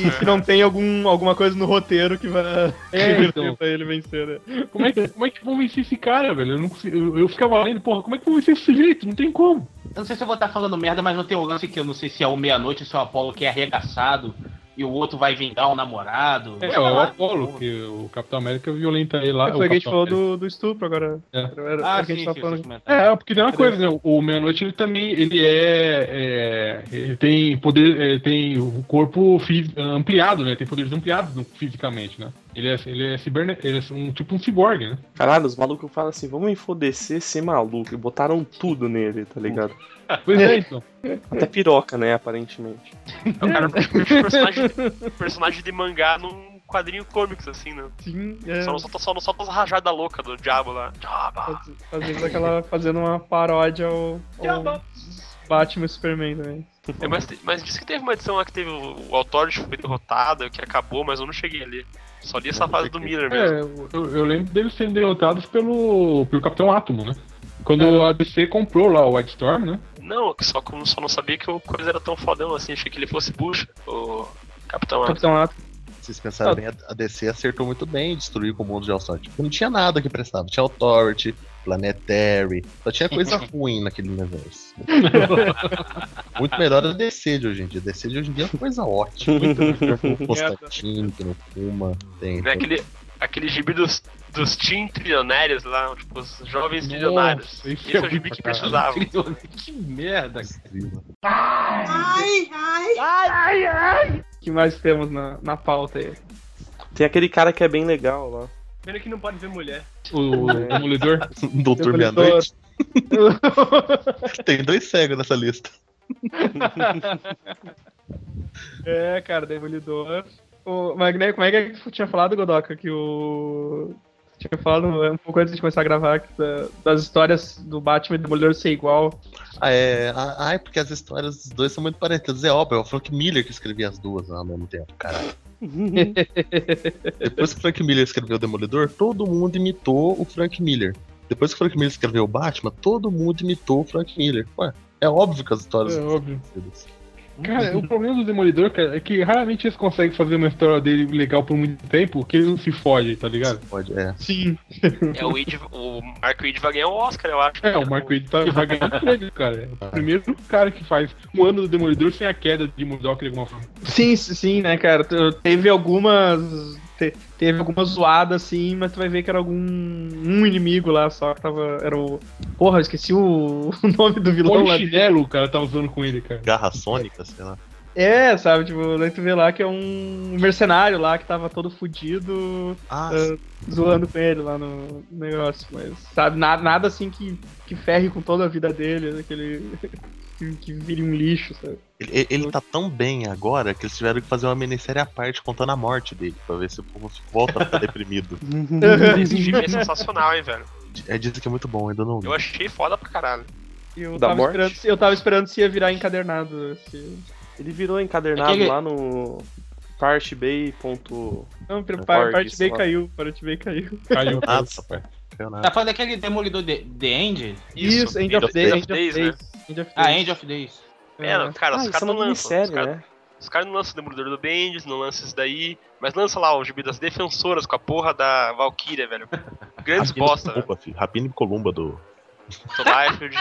S1: E se não tem algum, alguma coisa no roteiro que vai
S6: É,
S1: que vai
S6: então.
S1: ser pra ele vencer, né?
S6: Como é, que, como é que vão vencer esse cara, velho? Eu, não consigo, eu, eu ficava lendo, porra, como é que vão vencer esse jeito? Não tem como.
S7: Eu não sei se eu vou estar falando merda, mas não tem um lance que eu não sei se é o meia-noite se é o Apolo que é arregaçado e o outro vai vingar o namorado.
S6: É, o Apolo, que o Capitão América violenta ele lá.
S1: Foi
S6: o
S1: o que a gente
S6: Capitão
S1: falou
S6: América.
S1: do, do estupro agora.
S6: É.
S1: Era- era
S7: Ah,
S1: o que a
S7: sim,
S1: gente
S7: sim,
S1: tava falando.
S6: É, porque tem uma coisa, né? O- O Meia-Noite ele também ele é, é, Ele tem poder. é, tem o corpo fi- ampliado, né? Tem poderes ampliados no- fisicamente, né? Ele é, ele é, ciberne, ele é um, tipo um ciborgue, né?
S2: Caralho, os malucos falam assim, vamos enfodecer esse maluco. E botaram tudo nele, tá ligado?
S6: Pois é, então.
S2: Até piroca, né, aparentemente.
S5: É um cara, um personagem, um personagem de mangá num quadrinho comics, assim, né?
S1: Sim, é,
S5: Só não solta só, não solta as rajadas loucas do diabo lá. Diabo!
S1: faz- às vezes aquela fazendo uma paródia ao, ao Batman e Superman também.
S5: É, mas, te- mas disse que teve uma edição lá que teve o, o Authority foi derrotado, que acabou, mas eu não cheguei ali. Só li essa fase do Miller mesmo.
S6: É, eu, eu lembro deles sendo derrotados pelo, pelo Capitão Átomo, né? Quando
S1: É.
S6: a DC comprou lá o White Storm, né?
S5: Não, é que só, como- só não sabia que o coisa era tão fodão assim, achei que ele fosse Bush, o Capitão Atom.
S1: Capitão é Atom.
S9: Vocês pensaram bem, a DC acertou muito bem em destruir com o mundo de Alstar. Tipo, não tinha nada que prestava. Tinha Authority, Planetary. Só tinha coisa ruim naquele universo. muito melhor a DC de hoje em dia. A DC de hoje em dia é uma coisa ótima. Muito melhor. Tem o Constantine, tem o Puma, tem.
S5: Né, aquele, aquele gibi dos, dos teen trilionários lá, tipo, os jovens
S6: Nossa,
S5: trilionários.
S6: isso
S5: Esse
S6: é
S5: é o gibi
S6: muito
S5: que
S6: pra caralho.
S5: precisava.
S7: Que merda, cara.
S1: O que mais temos na, na pauta aí?
S2: Tem aquele cara que é bem legal lá.
S5: Pena que não pode ver mulher.
S6: O Demolidor.
S9: Doutor Meia-Noite. Tem dois cegos nessa lista.
S1: É, cara, Demolidor. O, mas né, como é que eu tinha falado, Godoka, que o. Tinha falado é, um pouco antes de começar a gravar que da- das histórias do Batman e Demolidor ser igual.
S9: Ah, é. ah, Ai, porque as histórias dos dois são muito parecidas. É óbvio, é o Frank Miller que escrevia as duas ao mesmo tempo, caralho. Depois que o Frank Miller escreveu o Demolidor, todo mundo imitou o Frank Miller. Depois que o Frank Miller escreveu o Batman, todo mundo imitou o Frank Miller. Ué, é óbvio que as histórias
S6: É
S9: são
S6: óbvio.
S9: parecidas.
S6: Cara, o problema do Demolidor, cara, é que raramente eles conseguem fazer uma história dele legal por muito tempo, porque ele não se foge, tá ligado?
S9: Pode, é.
S1: Sim.
S5: É, o, Id, o Mark Reed vai ganhar o Oscar, eu acho.
S6: É, o Mark Wade tá, vai ganhar um prêmio, cara. É o primeiro cara que faz um ano do Demolidor sem a queda de Murdoch de alguma forma.
S1: Sim, sim, né, cara? Tu- Teve algumas. te- teve algumas zoadas, assim, mas tu vai ver que era algum um inimigo lá só que tava. Era o. Porra, eu esqueci o, o nome do vilão
S9: é
S1: lá.
S6: Polichinelo, o cara tá usando com ele, cara.
S9: Garra Sônica, sei lá.
S1: É, sabe? Tipo, daí tu vê lá que é um mercenário lá que tava todo fudido,
S9: Ah,
S6: É.
S1: ah, zoando com ele lá no negócio. Mas, sabe? na- Nada, assim que, que ferre com toda a vida dele, né, que ele. que, que vire um lixo, sabe?
S9: ele, ele tá tão bem agora que eles tiveram que fazer uma minissérie à parte contando a morte dele, pra ver se o povo volta a ficar deprimido.
S5: Esse gibi é sensacional, hein, velho.
S9: É disso que é muito bom, ainda não.
S5: Eu achei foda pra caralho.
S1: Eu
S2: Da
S1: tava,
S2: morte?
S1: esperando, eu tava esperando se ia virar encadernado. assim. se-
S2: Ele virou encadernado
S7: Aquele-
S2: lá no partbay. ponto-
S1: Não, pre-
S2: Não
S1: pa-
S2: pode,
S1: parte
S2: isso
S1: B
S2: lá.
S1: caiu, parte B caiu.
S6: Caiu.
S9: Nossa, pai. Caiu nada.
S7: Tá falando daquele Demolidor de, The End?
S1: Isso, End of Days, End of Days. né? End of
S7: Ah,
S1: Days.
S7: End of Days.
S5: É, não, cara,
S2: Ah,
S5: os
S2: isso é
S5: caras não
S2: uma
S5: lançam. Os
S2: minissérie,
S5: caras
S2: né?
S5: cara não lançam o Demolidor do Bendis, não lançam isso daí. Mas lança lá o gibi das Defensoras com a porra da Valkyria, velho. Grandes
S9: Rapina
S5: bosta,
S9: e
S5: velho.
S9: Columba, filho. Rapina e Columba do,
S5: Tom Liefeld.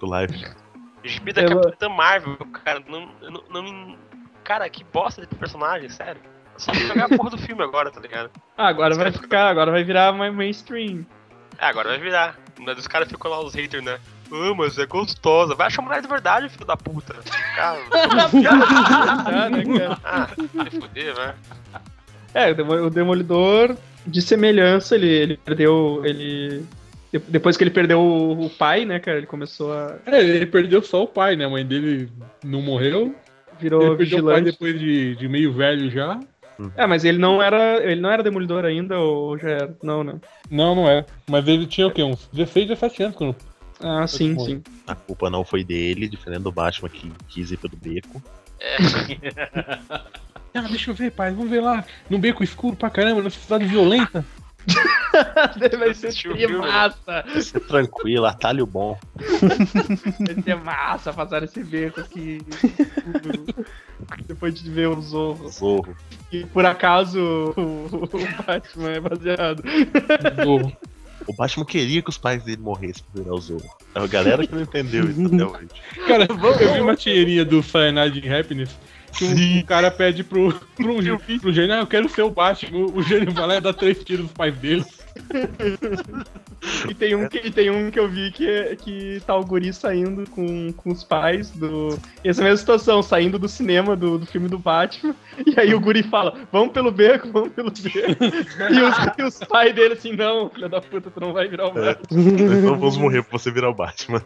S9: do live.
S5: Gibi da
S1: Eu-
S5: Capitã é Marvel, cara. Não, eu não, não me- Cara, que bosta de personagem, sério. Eu Só vou jogar a porra do filme agora, tá ligado?
S1: Ah, agora vai ficar, agora vai virar mais mainstream.
S5: É, agora vai virar. Mas os caras ficam lá, os haters, né? Ah, mas é gostosa. Vai achar mulher de verdade, filho da puta. Cara,
S1: Ah, né, cara?
S5: ah, vai fuder, velho.
S1: É, o Demo- o Demolidor, de semelhança, ele, ele perdeu. Ele. de- Depois que ele perdeu o, o pai, né, cara? Ele começou a.
S6: É, ele perdeu só o pai, né? A mãe dele não morreu.
S1: virou
S6: ele perdeu o pai
S1: vigilante.
S6: depois de, de meio velho já.
S1: É, mas ele não era. Ele não era demolidor ainda, ou já era? Não, né?
S6: Não, não é. Mas ele tinha o quê? Uns 16, 17 anos quando
S1: Ah, sim,
S7: bom.
S1: sim.
S9: A culpa não foi dele, diferente do Batman que quis ir pelo beco.
S6: Ah, deixa eu ver, pai. Vamos ver lá. Num beco escuro pra caramba, numa cidade violenta.
S1: Vai ser
S5: Assistiu o
S1: seria
S5: filme?
S1: massa.
S9: Tranquilo, atalho bom.
S1: Vai ser massa passar esse beco aqui. Depois de ver o Zorro.
S9: Zorro.
S1: E por acaso o, o Batman é baseado.
S6: Zorro.
S9: O Batman queria que os pais dele morressem pra virar o Zorro. É a galera que não entendeu isso até hoje.
S6: Cara, eu vi uma tirinha do Saturday Night Happiness. Que um, um cara pede pro, pro, um- pro gênio, ah, eu quero ser o Batman. O, o gênio vai lá e dá três tiros nos pais dele.
S1: E tem um que, e tem um que eu vi que, é- que tá o guri saindo com, com os pais do. Essa mesma situação, saindo do cinema do, do filme do Batman. E aí o guri fala: vamos pelo beco, vamos pelo beco. e, os, e os pais dele assim: não, filha da puta, tu não vai virar o Batman.
S9: Então vamos morrer pra você virar o Batman.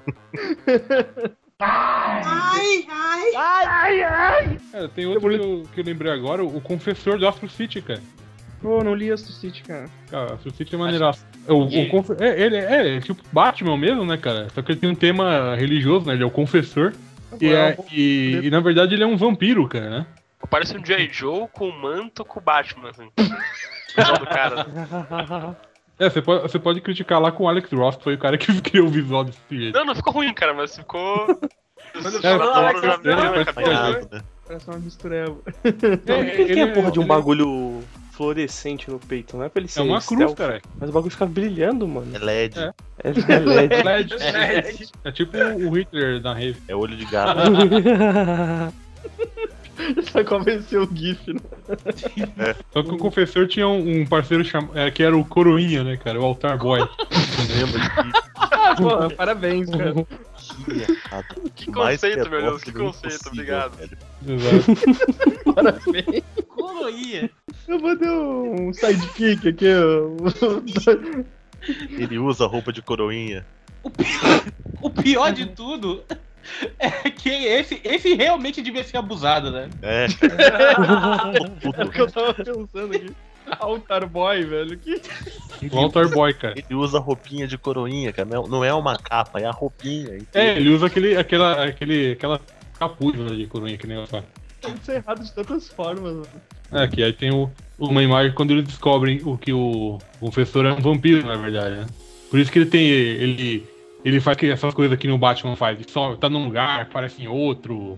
S6: Cara, tem outro que eu, que eu lembrei agora, o Confessor do Astro City, cara.
S1: Pô, não li Astro City, cara.
S6: Cara, Astro City é maneiro. O, o confe- é, ele é, é tipo Batman mesmo, né, cara? Só que ele tem um tema religioso, né? Ele é o confessor. E,
S2: um
S6: é- e- e, na verdade ele é um vampiro, cara, né?
S5: Parece um G.I. Joe com manto com Batman, assim. Não, do cara. né?
S6: É, você pode, você pode criticar lá com o Alex Ross, que foi o cara que criou o visual desse jeito.
S5: Não, não ficou ruim, cara, mas ficou.
S6: É,
S5: Adoro
S6: parece-
S5: na minha
S6: parece-
S5: cabeça.
S9: Apanhado, né?
S1: Parece uma mistureba.
S6: É,
S2: Por que ele tem a porra de um
S6: ele-
S2: bagulho fluorescente no peito? Não é pra ele ser
S6: É uma cruz,
S2: stealth,
S6: cara.
S2: Mas o bagulho fica brilhando, mano.
S9: É LED,
S6: É.
S2: É, é LED.
S6: É tipo o Hitler da rave.
S9: é olho de gato.
S1: Só convenceu o GIF, né?
S6: Só que o confessor tinha um, um parceiro cham... é, que era o Coroinha, né, cara? O Altar Boy.
S1: Pô, parabéns, cara.
S9: Que errado.
S5: Que
S9: Mais
S5: conceito, meu Deus,
S9: pedófilo
S5: que conceito,
S9: impossível,
S5: obrigado.
S9: velho.
S6: Exato.
S1: Parabéns. Eu vou dar um sidekick aqui, ó.
S9: Ele usa roupa de coroinha.
S7: O pior de tudo é que esse, esse realmente devia ser abusado, né?
S9: É.
S1: É o que eu tava pensando aqui. Altar Boy, velho. Que...
S6: O Altar Boy, cara.
S9: Ele usa roupinha de coroinha, cara. Não é- Não é uma capa, é a roupinha.
S6: É, ele usa aquele, aquela, aquele, aquela capuz né, de coroinha que nem eu falo.
S1: Isso é errado de tantas formas, mano.
S6: É, que aí tem o- uma imagem quando eles descobrem o que o confessor é um vampiro, na verdade, né? Por isso que ele tem. ele. ele faz que essas coisas que no Batman faz. Ele só tá num lugar, aparece em outro,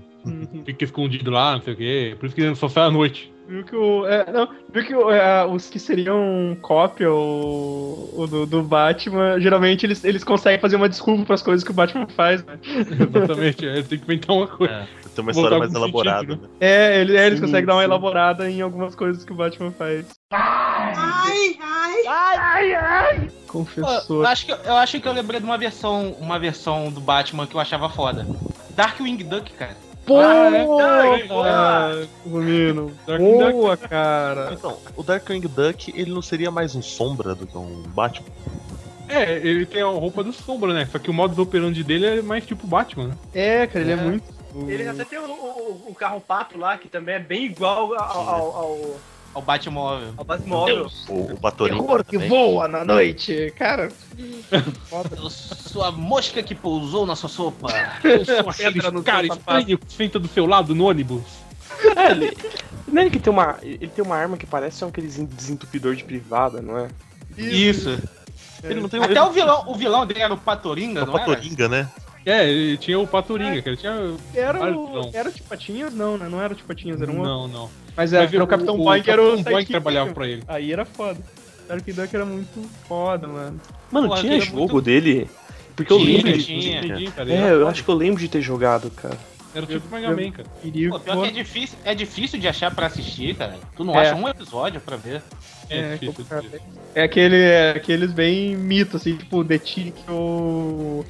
S6: fica escondido lá, não sei o quê. Por isso que ele só sai à noite.
S1: Viu que o. é, não, viu que o- é, os que seriam cópia ou, ou do, do Batman, geralmente eles, eles conseguem fazer uma desculpa pras coisas que o Batman faz, né?
S6: Exatamente. Aí ele tem que inventar uma coisa.
S9: Tem uma história
S6: Voltar
S9: mais
S6: com
S9: elaborada,
S6: sentido,
S9: né?
S1: É, ele- é, eles
S2: Sim,
S1: conseguem dar uma
S2: sim.
S1: elaborada em algumas coisas que o Batman faz.
S7: Eu
S1: Confessor.
S7: acho, que, eu acho que eu lembrei de uma versão, uma versão do Batman que eu achava foda. Darkwing Duck, cara.
S1: Pô, Ah,
S10: ah,
S6: boa!
S1: Romino.
S6: Dark
S1: é. Boa, cara.
S9: Então, o Darkwing Duck, ele não seria mais um sombra do que um Batman?
S6: É, ele tem a roupa do sombra, né? Só que o modus operandi dele é mais tipo Batman, né?
S1: É, cara, ele é, muito.
S10: Eles até tem um, o, o, o carro pato lá, que também é bem igual ao, ao, ao,
S7: O Batmóvel.
S10: ao Batmóvel.
S9: O, o Batorinho
S1: Terror um É que
S9: também?
S1: voa na noite, cara.
S7: Eu sou a mosca que pousou na sua sopa.
S6: Eu sou aquele
S1: Entra no
S6: cara
S1: seu sapato.
S6: estranho que senta do seu lado no ônibus.
S2: É, ele, não é ele que tem uma. Ele tem uma arma que parece um aqueles desentupidor de privada, não é?
S7: Isso.
S9: Ele não tem
S7: Até o vilão, o vilão dele era o Patoringa,
S9: o
S7: não era?
S9: Patoringa, né?
S6: É, ele tinha o Patoringa, cara. Ele tinha.
S1: Era
S6: Pardon.
S1: o. Era o Tipatinhas? Não, né? Não era o Tipatinhas, era um outro.
S6: Não, não.
S1: Mas era,
S6: Mas
S1: era o Capitão Boy que era o.
S6: Capitão Boy
S1: sidekick,
S6: que trabalhava
S1: né?
S6: pra ele.
S1: Aí era foda. Dark Duck era muito foda, mano.
S2: Mano,
S7: Porra,
S2: tinha
S7: aquele é
S2: jogo
S7: muito-
S2: dele. Porque eu
S7: Tinha,
S2: lembro de.
S7: tinha.
S6: Entendi, cara.
S2: É,
S6: Era,
S2: eu acho que eu lembro de ter jogado, cara.
S6: tá era tipo Mega Man, cara.
S1: Queria
S7: Pô, pior que é difícil, é difícil de achar pra assistir, cara. Tu não
S1: É.
S7: acha um episódio pra ver.
S1: É,
S6: É,
S1: é
S6: difícil,
S1: complicado.
S6: difícil.
S1: É aquele, é aqueles bem mito, assim, tipo The Tick ou.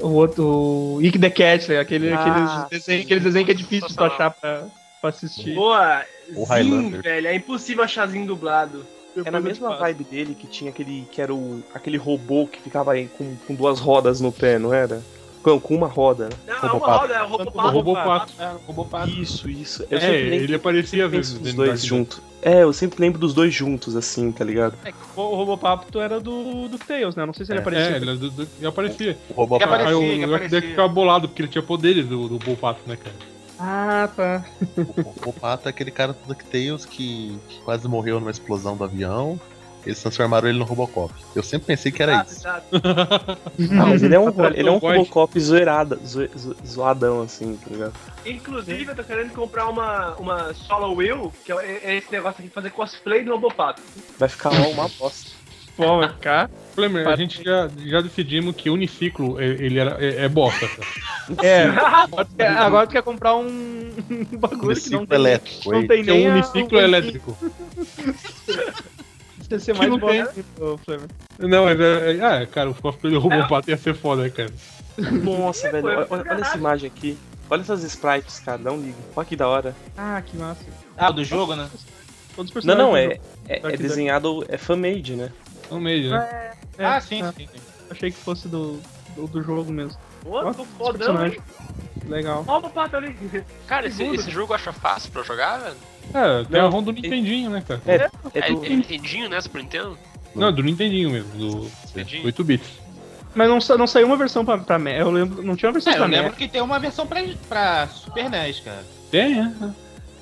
S1: O outro. o Ick the Cat, né? Aquele,
S2: Ah,
S1: aqueles, desenho, aqueles desenhos que é difícil de tu achar pra, pra assistir.
S10: Boa,
S9: O
S10: Zin,
S9: Highlander.
S10: velho. É impossível achar Zin dublado.
S2: É na mesma vibe dele que tinha aquele. que era o. aquele robô que ficava aí com, com duas rodas no pé, não era? Com, com uma roda, né?
S10: Não, é
S9: Robopato.
S10: uma roda, é o Robopato.
S6: Robopato.
S10: cara. É,
S6: Robopato.
S2: Isso, isso. Eu
S6: É,
S2: sempre lembro
S6: ele aparecia às
S2: penso
S6: vezes.
S2: dos dois juntos. É, eu sempre lembro dos dois juntos, assim, tá ligado?
S1: É, que o Robopato era do, do Tails, né? Não sei se ele
S6: É,
S1: aparecia.
S6: ele, do- do- ele aparecia.
S9: O Robopato.
S10: Aparecia,
S6: Aí o
S10: que
S6: Jack
S10: aparecia.
S6: Deck ficava bolado, porque ele tinha poderes do, do Bopato, né, cara?
S1: Ah, tá.
S9: O Robopato é aquele cara do DuckTales que, que quase morreu numa explosão do avião. Eles transformaram ele no Robocop. Eu sempre pensei que era
S10: Exato,
S9: isso.
S1: tá,
S10: exato.
S2: Ah, mas ele é um, ele é um
S6: Não pode.
S2: Robocop zoeirada, zoe- zo- zoadão, assim, tá ligado?
S10: Inclusive, eu tô querendo comprar uma, uma Solo Will, que é- é esse negócio aqui, fazer cosplay do Robopato.
S2: Vai ficar lá uma bosta.
S1: Bom, vai ficar.
S6: Flamer, a gente já, já decidimos que Uniciclo é, ele era, é, é bosta, cara.
S1: É, agora tu quer comprar um, um bagulho que não
S9: Uniciclo
S1: tem,
S9: elétrico.
S1: não
S9: aí.
S1: tem um
S6: Porque
S1: nem
S6: o
S1: a-
S6: Uniciclo é elétrico.
S1: Deve ser
S6: que
S1: mais
S6: não
S1: bom,
S6: tem.
S1: né, o Flamengo.
S6: Não, mas é, é, ah, cara, o cosplay do Robopato ia ser foda, né, cara.
S2: Nossa, velho,
S10: Foi,
S2: olha,
S10: foi
S2: olha essa
S10: errado.
S2: imagem aqui. Olha essas sprites, cara, dá um liga. Olha que da hora.
S1: Ah, que massa.
S7: Ah, do jogo, né?
S1: Todos os
S2: Não,
S1: personagens
S2: não, é,
S1: do
S2: é,
S1: Dark
S2: é
S1: Dark.
S2: desenhado, é fan-made, né?
S6: No meio, né?
S1: jogo. É,
S7: Ah, sim,
S1: tá.
S7: sim. sim.
S1: Achei que fosse do, do, do jogo mesmo.
S10: Pô,
S1: Nossa,
S10: tô
S1: os
S10: fodão.
S1: personagens.
S10: hein?
S1: Legal.
S10: Ó o Robopato ali.
S5: Cara, esse, esse jogo eu acho fácil pra jogar, velho.
S6: É, tem
S2: Não,
S6: a ROM do Nintendinho, né, cara?
S2: É
S5: É,
S2: do-
S5: é Nintendinho, né? Super Nintendo?
S6: Não, é do Nintendinho mesmo, do
S5: Nintendinho.
S6: 8 bits.
S1: Mas não, sa- não saiu uma versão pra, pra Mac. Eu lembro, não tinha uma versão
S7: É, eu
S1: pra
S7: lembro
S1: Mac.
S7: que tem uma versão pra, pra Super NES, cara.
S6: Tem, é.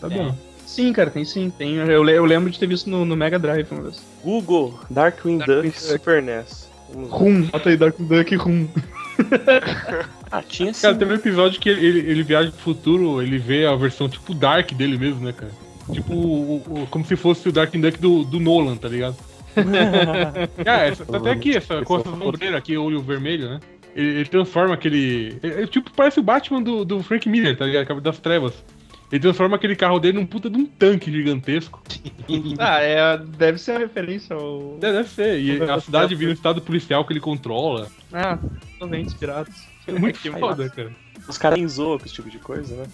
S6: Tá bom.
S1: Sim, cara, tem sim. Tem, eu, le- eu lembro de ter visto no, no Mega Drive uma vez.
S2: Google, Darkwing
S1: Darkwing
S2: Duck,
S1: Duck.
S2: Super NES. Vamos lá.
S1: Rum, bota aí Dark Duck Rum.
S2: Ah, tinha sim.
S6: Cara, teve um episódio que ele, ele, ele viaja pro futuro, ele vê a versão tipo Dark dele mesmo, né, cara? Tipo, o- o- como se fosse o Dark Duck do, do Nolan, tá ligado? Cara, essa, tá até aqui, essa costa sombreira aqui, olho vermelho, né? Ele, ele transforma aquele. é- é tipo, parece o Batman do, do Frank Miller, tá ligado? Cabo das Trevas. Ele transforma aquele carro dele num puta de um tanque gigantesco.
S1: Ah, é, deve ser a referência ao.
S6: É, Deve ser. E a cidade vira um estado policial que ele controla.
S1: Ah, totalmente inspirado.
S6: É muito foda, cara.
S2: Os caras nem zoam com esse tipo de coisa, né?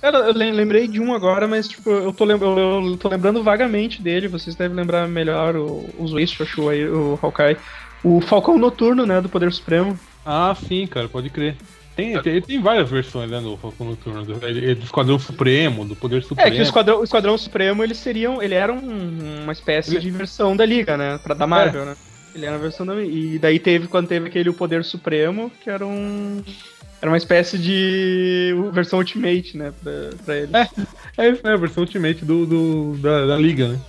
S1: Cara, eu lem- lembrei de um agora, mas tipo, eu tô, lem- eu- eu tô lembrando vagamente dele, vocês devem lembrar melhor o- os Waste, acho aí, o Hawkeye. O Falcão Noturno, né, do Poder Supremo.
S6: Ah, sim, cara, pode crer. Tem, tem, tem várias versões, né, do Falcão Noturno. Do, é do Esquadrão Supremo, do Poder Supremo.
S1: É, que o Esquadrão, o Esquadrão Supremo, eles seriam. Ele era um- uma espécie
S6: Ele- É.
S1: de versão da Liga, né? Pra, da Marvel, né? Ele era a versão da. E daí teve, quando teve aquele O Poder Supremo, que era um. Era uma espécie de. versão Ultimate, né? Pra, pra ele.
S6: É, isso, né, a versão Ultimate do, do- da, da Liga, né?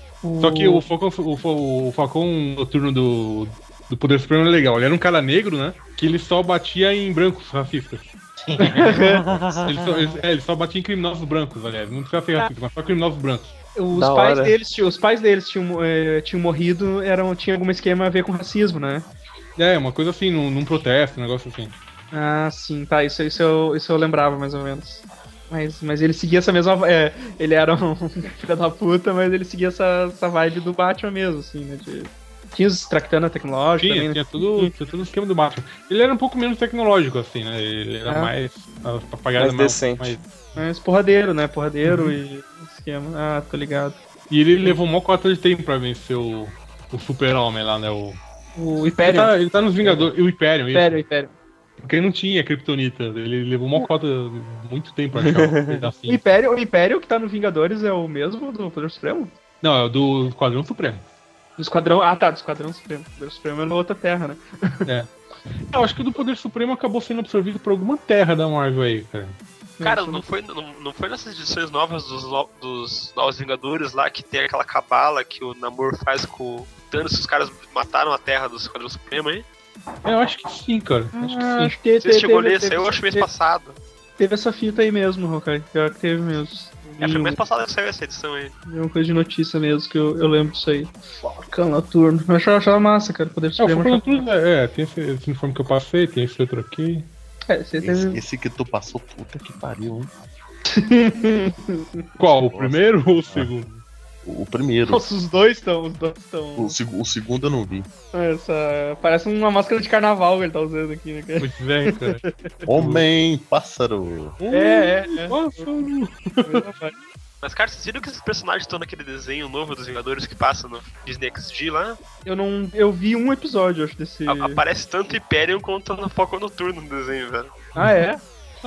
S6: Só que o Falcão, o, Fa- o Falcão Noturno do, do Poder Supremo é legal. Ele era um cara negro, né? Que ele só batia em brancos racistas. ele, só, ele- é, ele só batia em criminosos brancos, aliás. Não precisa ser racista, mas só criminosos brancos.
S1: Os
S2: Da
S1: pais,
S2: hora.
S1: deles, tinham- os pais deles tinham, eh, tinham morrido, eram, tinha algum esquema a ver com racismo, né?
S6: É, uma coisa assim, num, num protesto, um negócio assim.
S1: Ah, sim, tá, isso, isso, eu, isso eu lembrava mais ou menos. Mas, mas ele seguia essa mesma. É, ele era um filho da puta, mas ele seguia essa, essa vibe do Batman mesmo, assim, né? de- tinha os Tractana tecnológico também,
S6: Tinha,
S1: né?
S6: tinha tudo, tinha todo o esquema do Batman. Ele era um pouco menos tecnológico, assim, né? Ele era
S1: Ah.
S6: mais. A papagaiada
S2: Mais decente.
S1: Mas porradeiro, né? Porradeiro
S6: Uhum.
S1: e esquema. Ah, tô ligado.
S6: E ele levou mó cota de tempo pra vencer o, o Super-Homem lá, né? O,
S1: O
S6: ele,
S1: Hyperion.
S6: tá, ele tá nos Vingadores. O Império, isso.
S1: Hyperion, Hyperion.
S6: Porque não tinha Kryptonita. Ele levou mó cota muito tempo é pra achar o
S1: O
S6: pedacinho.
S1: Hyperion, o Hyperion que tá no Vingadores é o mesmo do Poder Supremo?
S6: Não, é o do Esquadrão Supremo.
S1: Do Esquadrão. Ah, tá, do Esquadrão Supremo. O Poder Supremo é na outra terra, né?
S6: Eu acho que o do Poder Supremo acabou sendo absorvido por alguma terra da Marvel aí, cara.
S5: Cara, não foi, não, não foi nessas edições novas dos, no- dos Novos Vingadores lá que tem aquela cabala que o Namor faz com o Thanos que os caras mataram a terra do Esquadrão Supremo, hein?
S6: É, eu acho que sim, cara. Acho que sim.
S1: te-
S5: Vocês
S1: Ah, te-
S5: chegou
S1: teve-
S5: nesse,
S1: teve-
S5: eu acho mês
S1: te-
S5: passado.
S1: Teve essa fita aí mesmo, Rokai. Pior que teve mesmo.
S5: É, foi mês passado que saiu essa edição aí.
S1: É uma coisa de notícia mesmo que eu, eu lembro disso aí. Falcão noturno. Eu achava, achava massa, cara. Poder
S6: É, o
S1: Supremo.
S6: Falcão
S1: achava-
S6: Noturno, é, é, tem esse, esse uniforme que eu passei, tem esse outro aqui.
S1: É, você
S9: Esse,
S1: teve.
S9: esse que tu passou, puta que pariu, hein?
S6: Qual? O primeiro ou o segundo?
S9: O, o primeiro.
S1: Nossa, os dois estão. Os dois estão.
S9: O, seg- o segundo eu não vi.
S1: Essa... Parece uma máscara de carnaval que ele tá usando aqui, né,
S2: Ah.
S1: cara?
S6: Pois é, cara. é.
S9: Homem, pássaro.
S1: É, é, é.
S6: Nossa,
S5: Mas, cara, vocês viram que esses personagens estão naquele desenho novo dos Vingadores que passa no Disney XD lá?
S1: Eu não. Eu vi um episódio, acho, desse.
S5: A- Aparece tanto Hyperion quanto no Foco Noturno no desenho, velho.
S1: Ah, é?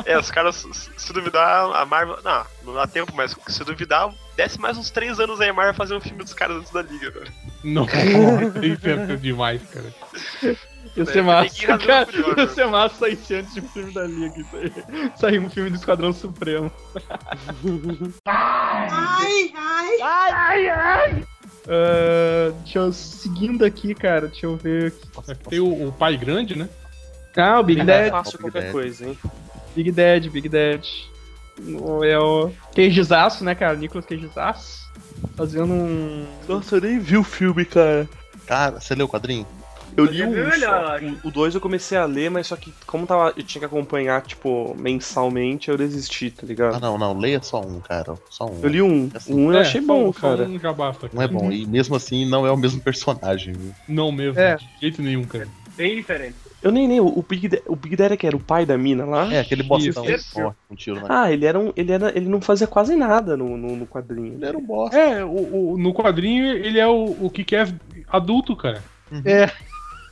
S5: É, os caras, se- se duvidar, a Marvel. Não, não dá tempo, mas se duvidar, desce mais uns três anos aí a Marvel fazer um filme dos caras antes da Liga, velho.
S6: Não, isso é demais, cara.
S1: Ia ser
S5: É,
S1: massa,
S5: tem que ir
S1: cara.
S5: razão curiosa.
S1: Ia ser massa sair antes de um filme da Liga. isso aí. Sair um filme do Esquadrão Supremo. ai, ai, ai, ai. Ah, deixa eu seguindo aqui, cara. Deixa eu ver.
S6: Tem o, o pai grande, né?
S1: Ah, o Big
S2: Ainda é
S1: Dead.
S2: fácil
S9: Dead.
S2: qualquer coisa, hein?
S1: Big Dead, Big Dead. O- É o Queijizaço, né, cara? Nicolas Queijizaço. Fazendo um.
S2: Nossa, eu nem vi o filme, cara.
S9: Cara, você leu o quadrinho?
S2: Eu
S10: Eu
S2: li
S10: já
S2: um
S10: vi
S2: só.
S10: É melhor.
S2: O- O 2 eu comecei a ler, mas só que como tava, eu tinha que acompanhar, tipo, mensalmente, eu desisti, tá
S9: Ah,
S2: ligado?
S9: não, não. Leia só um, cara. Só um.
S2: Eu li um.
S9: Assim,
S2: Um eu
S6: É,
S2: achei
S6: só
S2: bom,
S6: um- só
S2: cara.
S6: Um já basta.
S9: Não é bom. E mesmo assim, não é o mesmo personagem, viu?
S6: Não mesmo,
S1: É.
S6: de jeito nenhum, cara.
S10: Bem diferente.
S2: Eu nem nem o o Big Daddy, o Big Daddy que era o pai da mina lá.
S9: É, aquele bostão que
S10: Isso.
S9: morre com um tiro na cara.
S2: Ah, ele era um, ele era, ele não fazia quase nada no, no, no quadrinho.
S9: Ele era um bosta.
S6: É, o, o- no quadrinho ele é o, o que quer adulto, cara.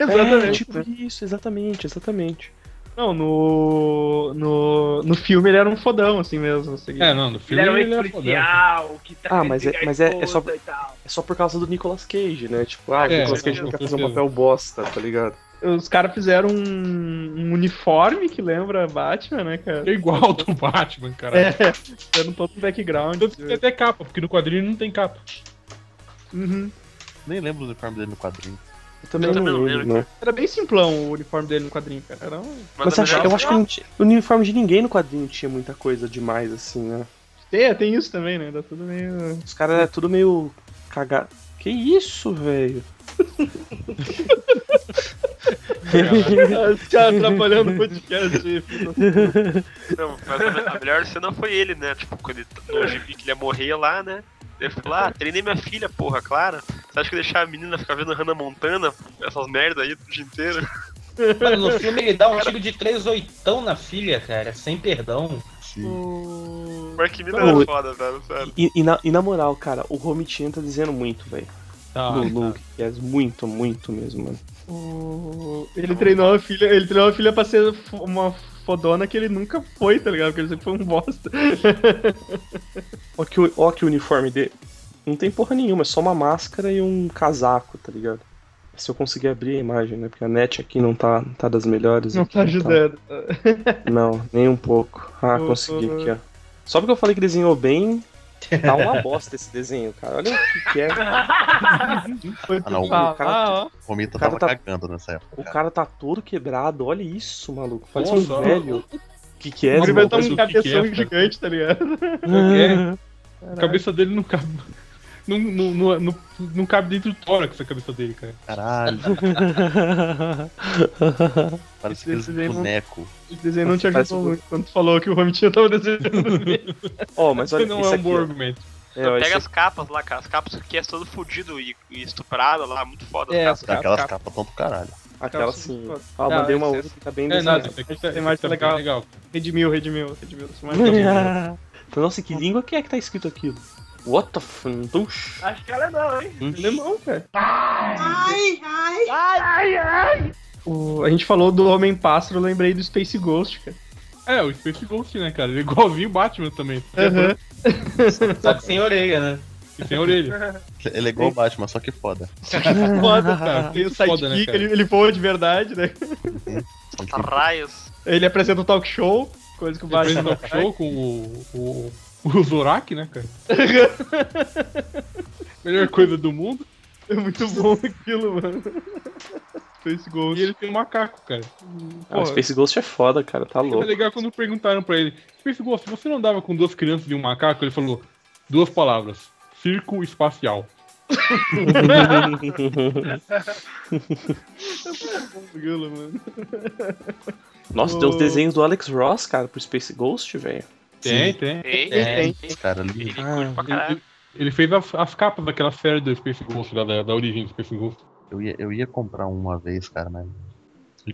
S2: Exatamente.
S6: né?
S2: tipo isso, exatamente, exatamente.
S1: Não, no. No, no filme ele era um fodão, assim mesmo. Assim.
S6: É, não, no
S10: Ele
S6: filme
S10: era um
S6: ele é fodão.
S10: ex-policial que tá
S2: Ah, mas é-
S10: querendo
S2: mas é-
S10: pegar
S2: é só-
S10: esposa e tal.
S2: É só por causa do Nicolas Cage, né? Tipo, ah, o
S6: É,
S2: Nicolas Cage
S6: com
S2: não quer fazer um
S6: certeza.
S2: papel bosta, tá ligado?
S1: Os caras fizeram um, um uniforme que lembra Batman, né, cara?
S6: É igual ao do Batman, cara.
S1: É, fizeram todo o background.
S6: Tanto que tem até capa, porque no quadrinho não tem capa.
S1: Uhum.
S9: Nem lembro do uniforme dele no quadrinho.
S2: Eu também
S5: Eu
S2: não
S5: também não
S2: lembro,
S5: lembro,
S2: né?
S1: Era bem simplão o uniforme dele no quadrinho, cara. Era um...
S2: Mas
S5: a
S2: acha-
S5: melhor-
S2: eu acho que não tinha- o uniforme de ninguém no quadrinho tinha muita coisa demais, assim, né?
S1: tem, tem isso também, né? Dá tudo meio.
S2: Os caras eram tudo meio cagado. Que isso, velho?
S1: Os caras atrapalhando o podcast. tipo, tá
S5: Não, mas a, me- a melhor cena foi ele, né? Tipo, quando ele, no gibi que ele ia morrer lá, né? Ele falou, ah, treinei minha filha, porra, Clara. Você acha que eu deixar a menina ficar vendo Hannah Montana, essas merda aí o dia inteiro?
S7: Mano, no filme ele dá um tiro de 3 oitão na filha, cara, sem perdão.
S9: Sim.
S5: Mas que mina
S2: Não,
S5: era foda, velho, sério.
S2: E, e na, e na moral, cara, o Romitinha tá dizendo muito, velho.
S6: Tá.
S7: Ah.
S2: do Luke. É muito, muito mesmo, mano.
S1: O- Ele treinou a filha, ele treinou a filha pra ser fo- uma fodona que ele nunca foi, tá ligado? Porque ele sempre foi um bosta.
S2: Ó que, o- ó que o uniforme dele. Não tem porra nenhuma, é só uma máscara e um casaco, tá ligado? Se eu conseguir abrir a imagem, né? Porque a net aqui não tá, não tá das melhores.
S1: Não
S2: aqui,
S1: tá ajudando.
S2: Não, nem um pouco. Ah,
S1: Eu-
S2: consegui
S1: eu-
S2: aqui, ó. Só porque eu falei que desenhou bem, tá uma bosta esse desenho, cara. Olha o que, que é.
S1: Foi
S9: Ah, não, o
S1: falar,
S2: cara-
S1: ó.
S9: O Romita
S2: cara
S9: tava
S2: tá-
S9: cagando nessa época.
S2: O
S9: cara.
S2: cara tá todo quebrado, olha isso, maluco. Parece
S6: Nossa,
S2: um
S6: olha.
S2: velho. Que que é,
S6: Nossa,
S1: Ele
S2: irmão?
S1: vai
S6: mas
S1: dar
S6: o que
S1: um
S6: que é,
S1: cabeção
S6: cara?
S1: gigante, tá ligado?
S6: A cabeça dele não cabe. Não, não, não, não, não cabe dentro do tórax a cabeça dele, cara.
S9: Caralho. Parece
S1: Esse- esse
S9: aquele
S1: daí não-
S9: boneco.
S1: Esse desenho não te
S2: Parece
S1: ajudou
S2: um-
S1: muito quando tu falou que o Romitinho tava desenhando.
S2: Ó, mas olha
S6: não
S2: isso
S6: é um
S2: aqui.
S6: bom
S2: ó.
S6: argumento.
S2: É, ó,
S5: Pega
S2: esse
S5: as capas lá, cara. As capas que é todo fudido e, e estuprado lá, muito foda.
S1: É,
S5: as capas.
S1: as capas.
S9: Aquelas capas tão do caralho.
S2: Aquela
S1: Calça
S2: assim.
S1: de-
S2: Ah,
S1: Não,
S2: mandei
S1: é
S2: uma
S1: que-
S2: outra que tá bem
S6: É nada,
S2: desenhada.
S6: isso aqui tá,
S1: Tem mais
S6: isso aqui
S1: legal.
S6: tá bem legal.
S1: Redimiu, redimiu, redimiu. é essa semana.
S2: Nossa, que língua que é que tá escrito aquilo? What the fuck?
S10: Acho que ela não, hein?
S1: Alemão, é cara. O- A gente falou do Homem-Pássaro, eu lembrei do Space Ghost, cara.
S6: É, o Space Ghost, né, cara? Ele é igualzinho o Batman também.
S1: Aham.
S7: Só que sem orelha, né?
S6: E sem orelha.
S9: Ele é igual o Batman, só que foda.
S1: Foda, cara. Tem o
S6: Foda,
S1: sidekick,
S6: né, cara?
S1: ele, ele voa de verdade, né?
S5: Raios.
S1: Ele apresenta o talk show, coisa que o
S6: Fez
S1: Batman
S6: um
S1: não
S6: talk show com o. o, o Zorak, né, cara? Melhor coisa do mundo.
S1: É muito bom aquilo, mano. Space Ghost.
S6: E ele tem um macaco, cara.
S2: Ah, o Space Ghost é foda, cara, tá
S6: Foi
S2: louco.
S6: legal quando perguntaram pra ele: Space Ghost, você não andava com duas crianças e um macaco? Ele falou duas palavras: circo espacial.
S1: aquilo, mano.
S2: Nossa, tem os desenhos do Alex Ross, cara, pro Space Ghost, velho.
S6: Tem, tem.
S5: Tem,
S7: É,
S9: Os caras ali.
S5: Ele curte pra caralho.
S6: Ele fez as, as capas daquela série do Space Ghost, da, da, da origem do Space Ghost.
S9: Eu ia, eu ia comprar um uma vez, cara, mas.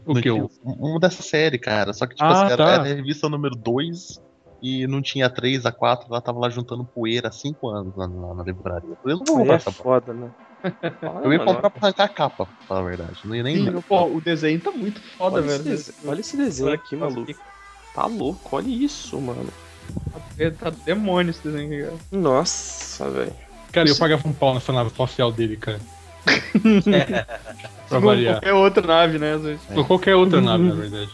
S6: O
S9: não
S6: é que?
S9: tinha- Um um dessa série, cara. Só que, tipo
S6: Ah,
S9: assim, era,
S6: tá.
S9: era a revista número 2 e não tinha três a quatro, ela tava lá juntando poeira há cinco anos lá na, na livraria. Eu falei, eu não vou comprar
S2: é
S9: essa porra.
S2: foda, né?
S9: Eu ia
S2: Olha,
S9: comprar pra arrancar a capa, pra falar a verdade. Não ia nem.
S1: Sim, pô, o desenho tá muito foda,
S2: Olha, esse
S1: velho.
S2: desenho, olha esse desenho aqui, maluco. Tá louco, olha isso, mano.
S1: É, Tá demônio esse desenho aqui, cara.
S2: Nossa, velho.
S6: Cara, eu pagava um pau nessa nave espacial dele, cara. pra
S1: Como
S6: variar.
S1: qualquer outra nave, né? Às vezes.
S6: Ou qualquer outra nave, na verdade.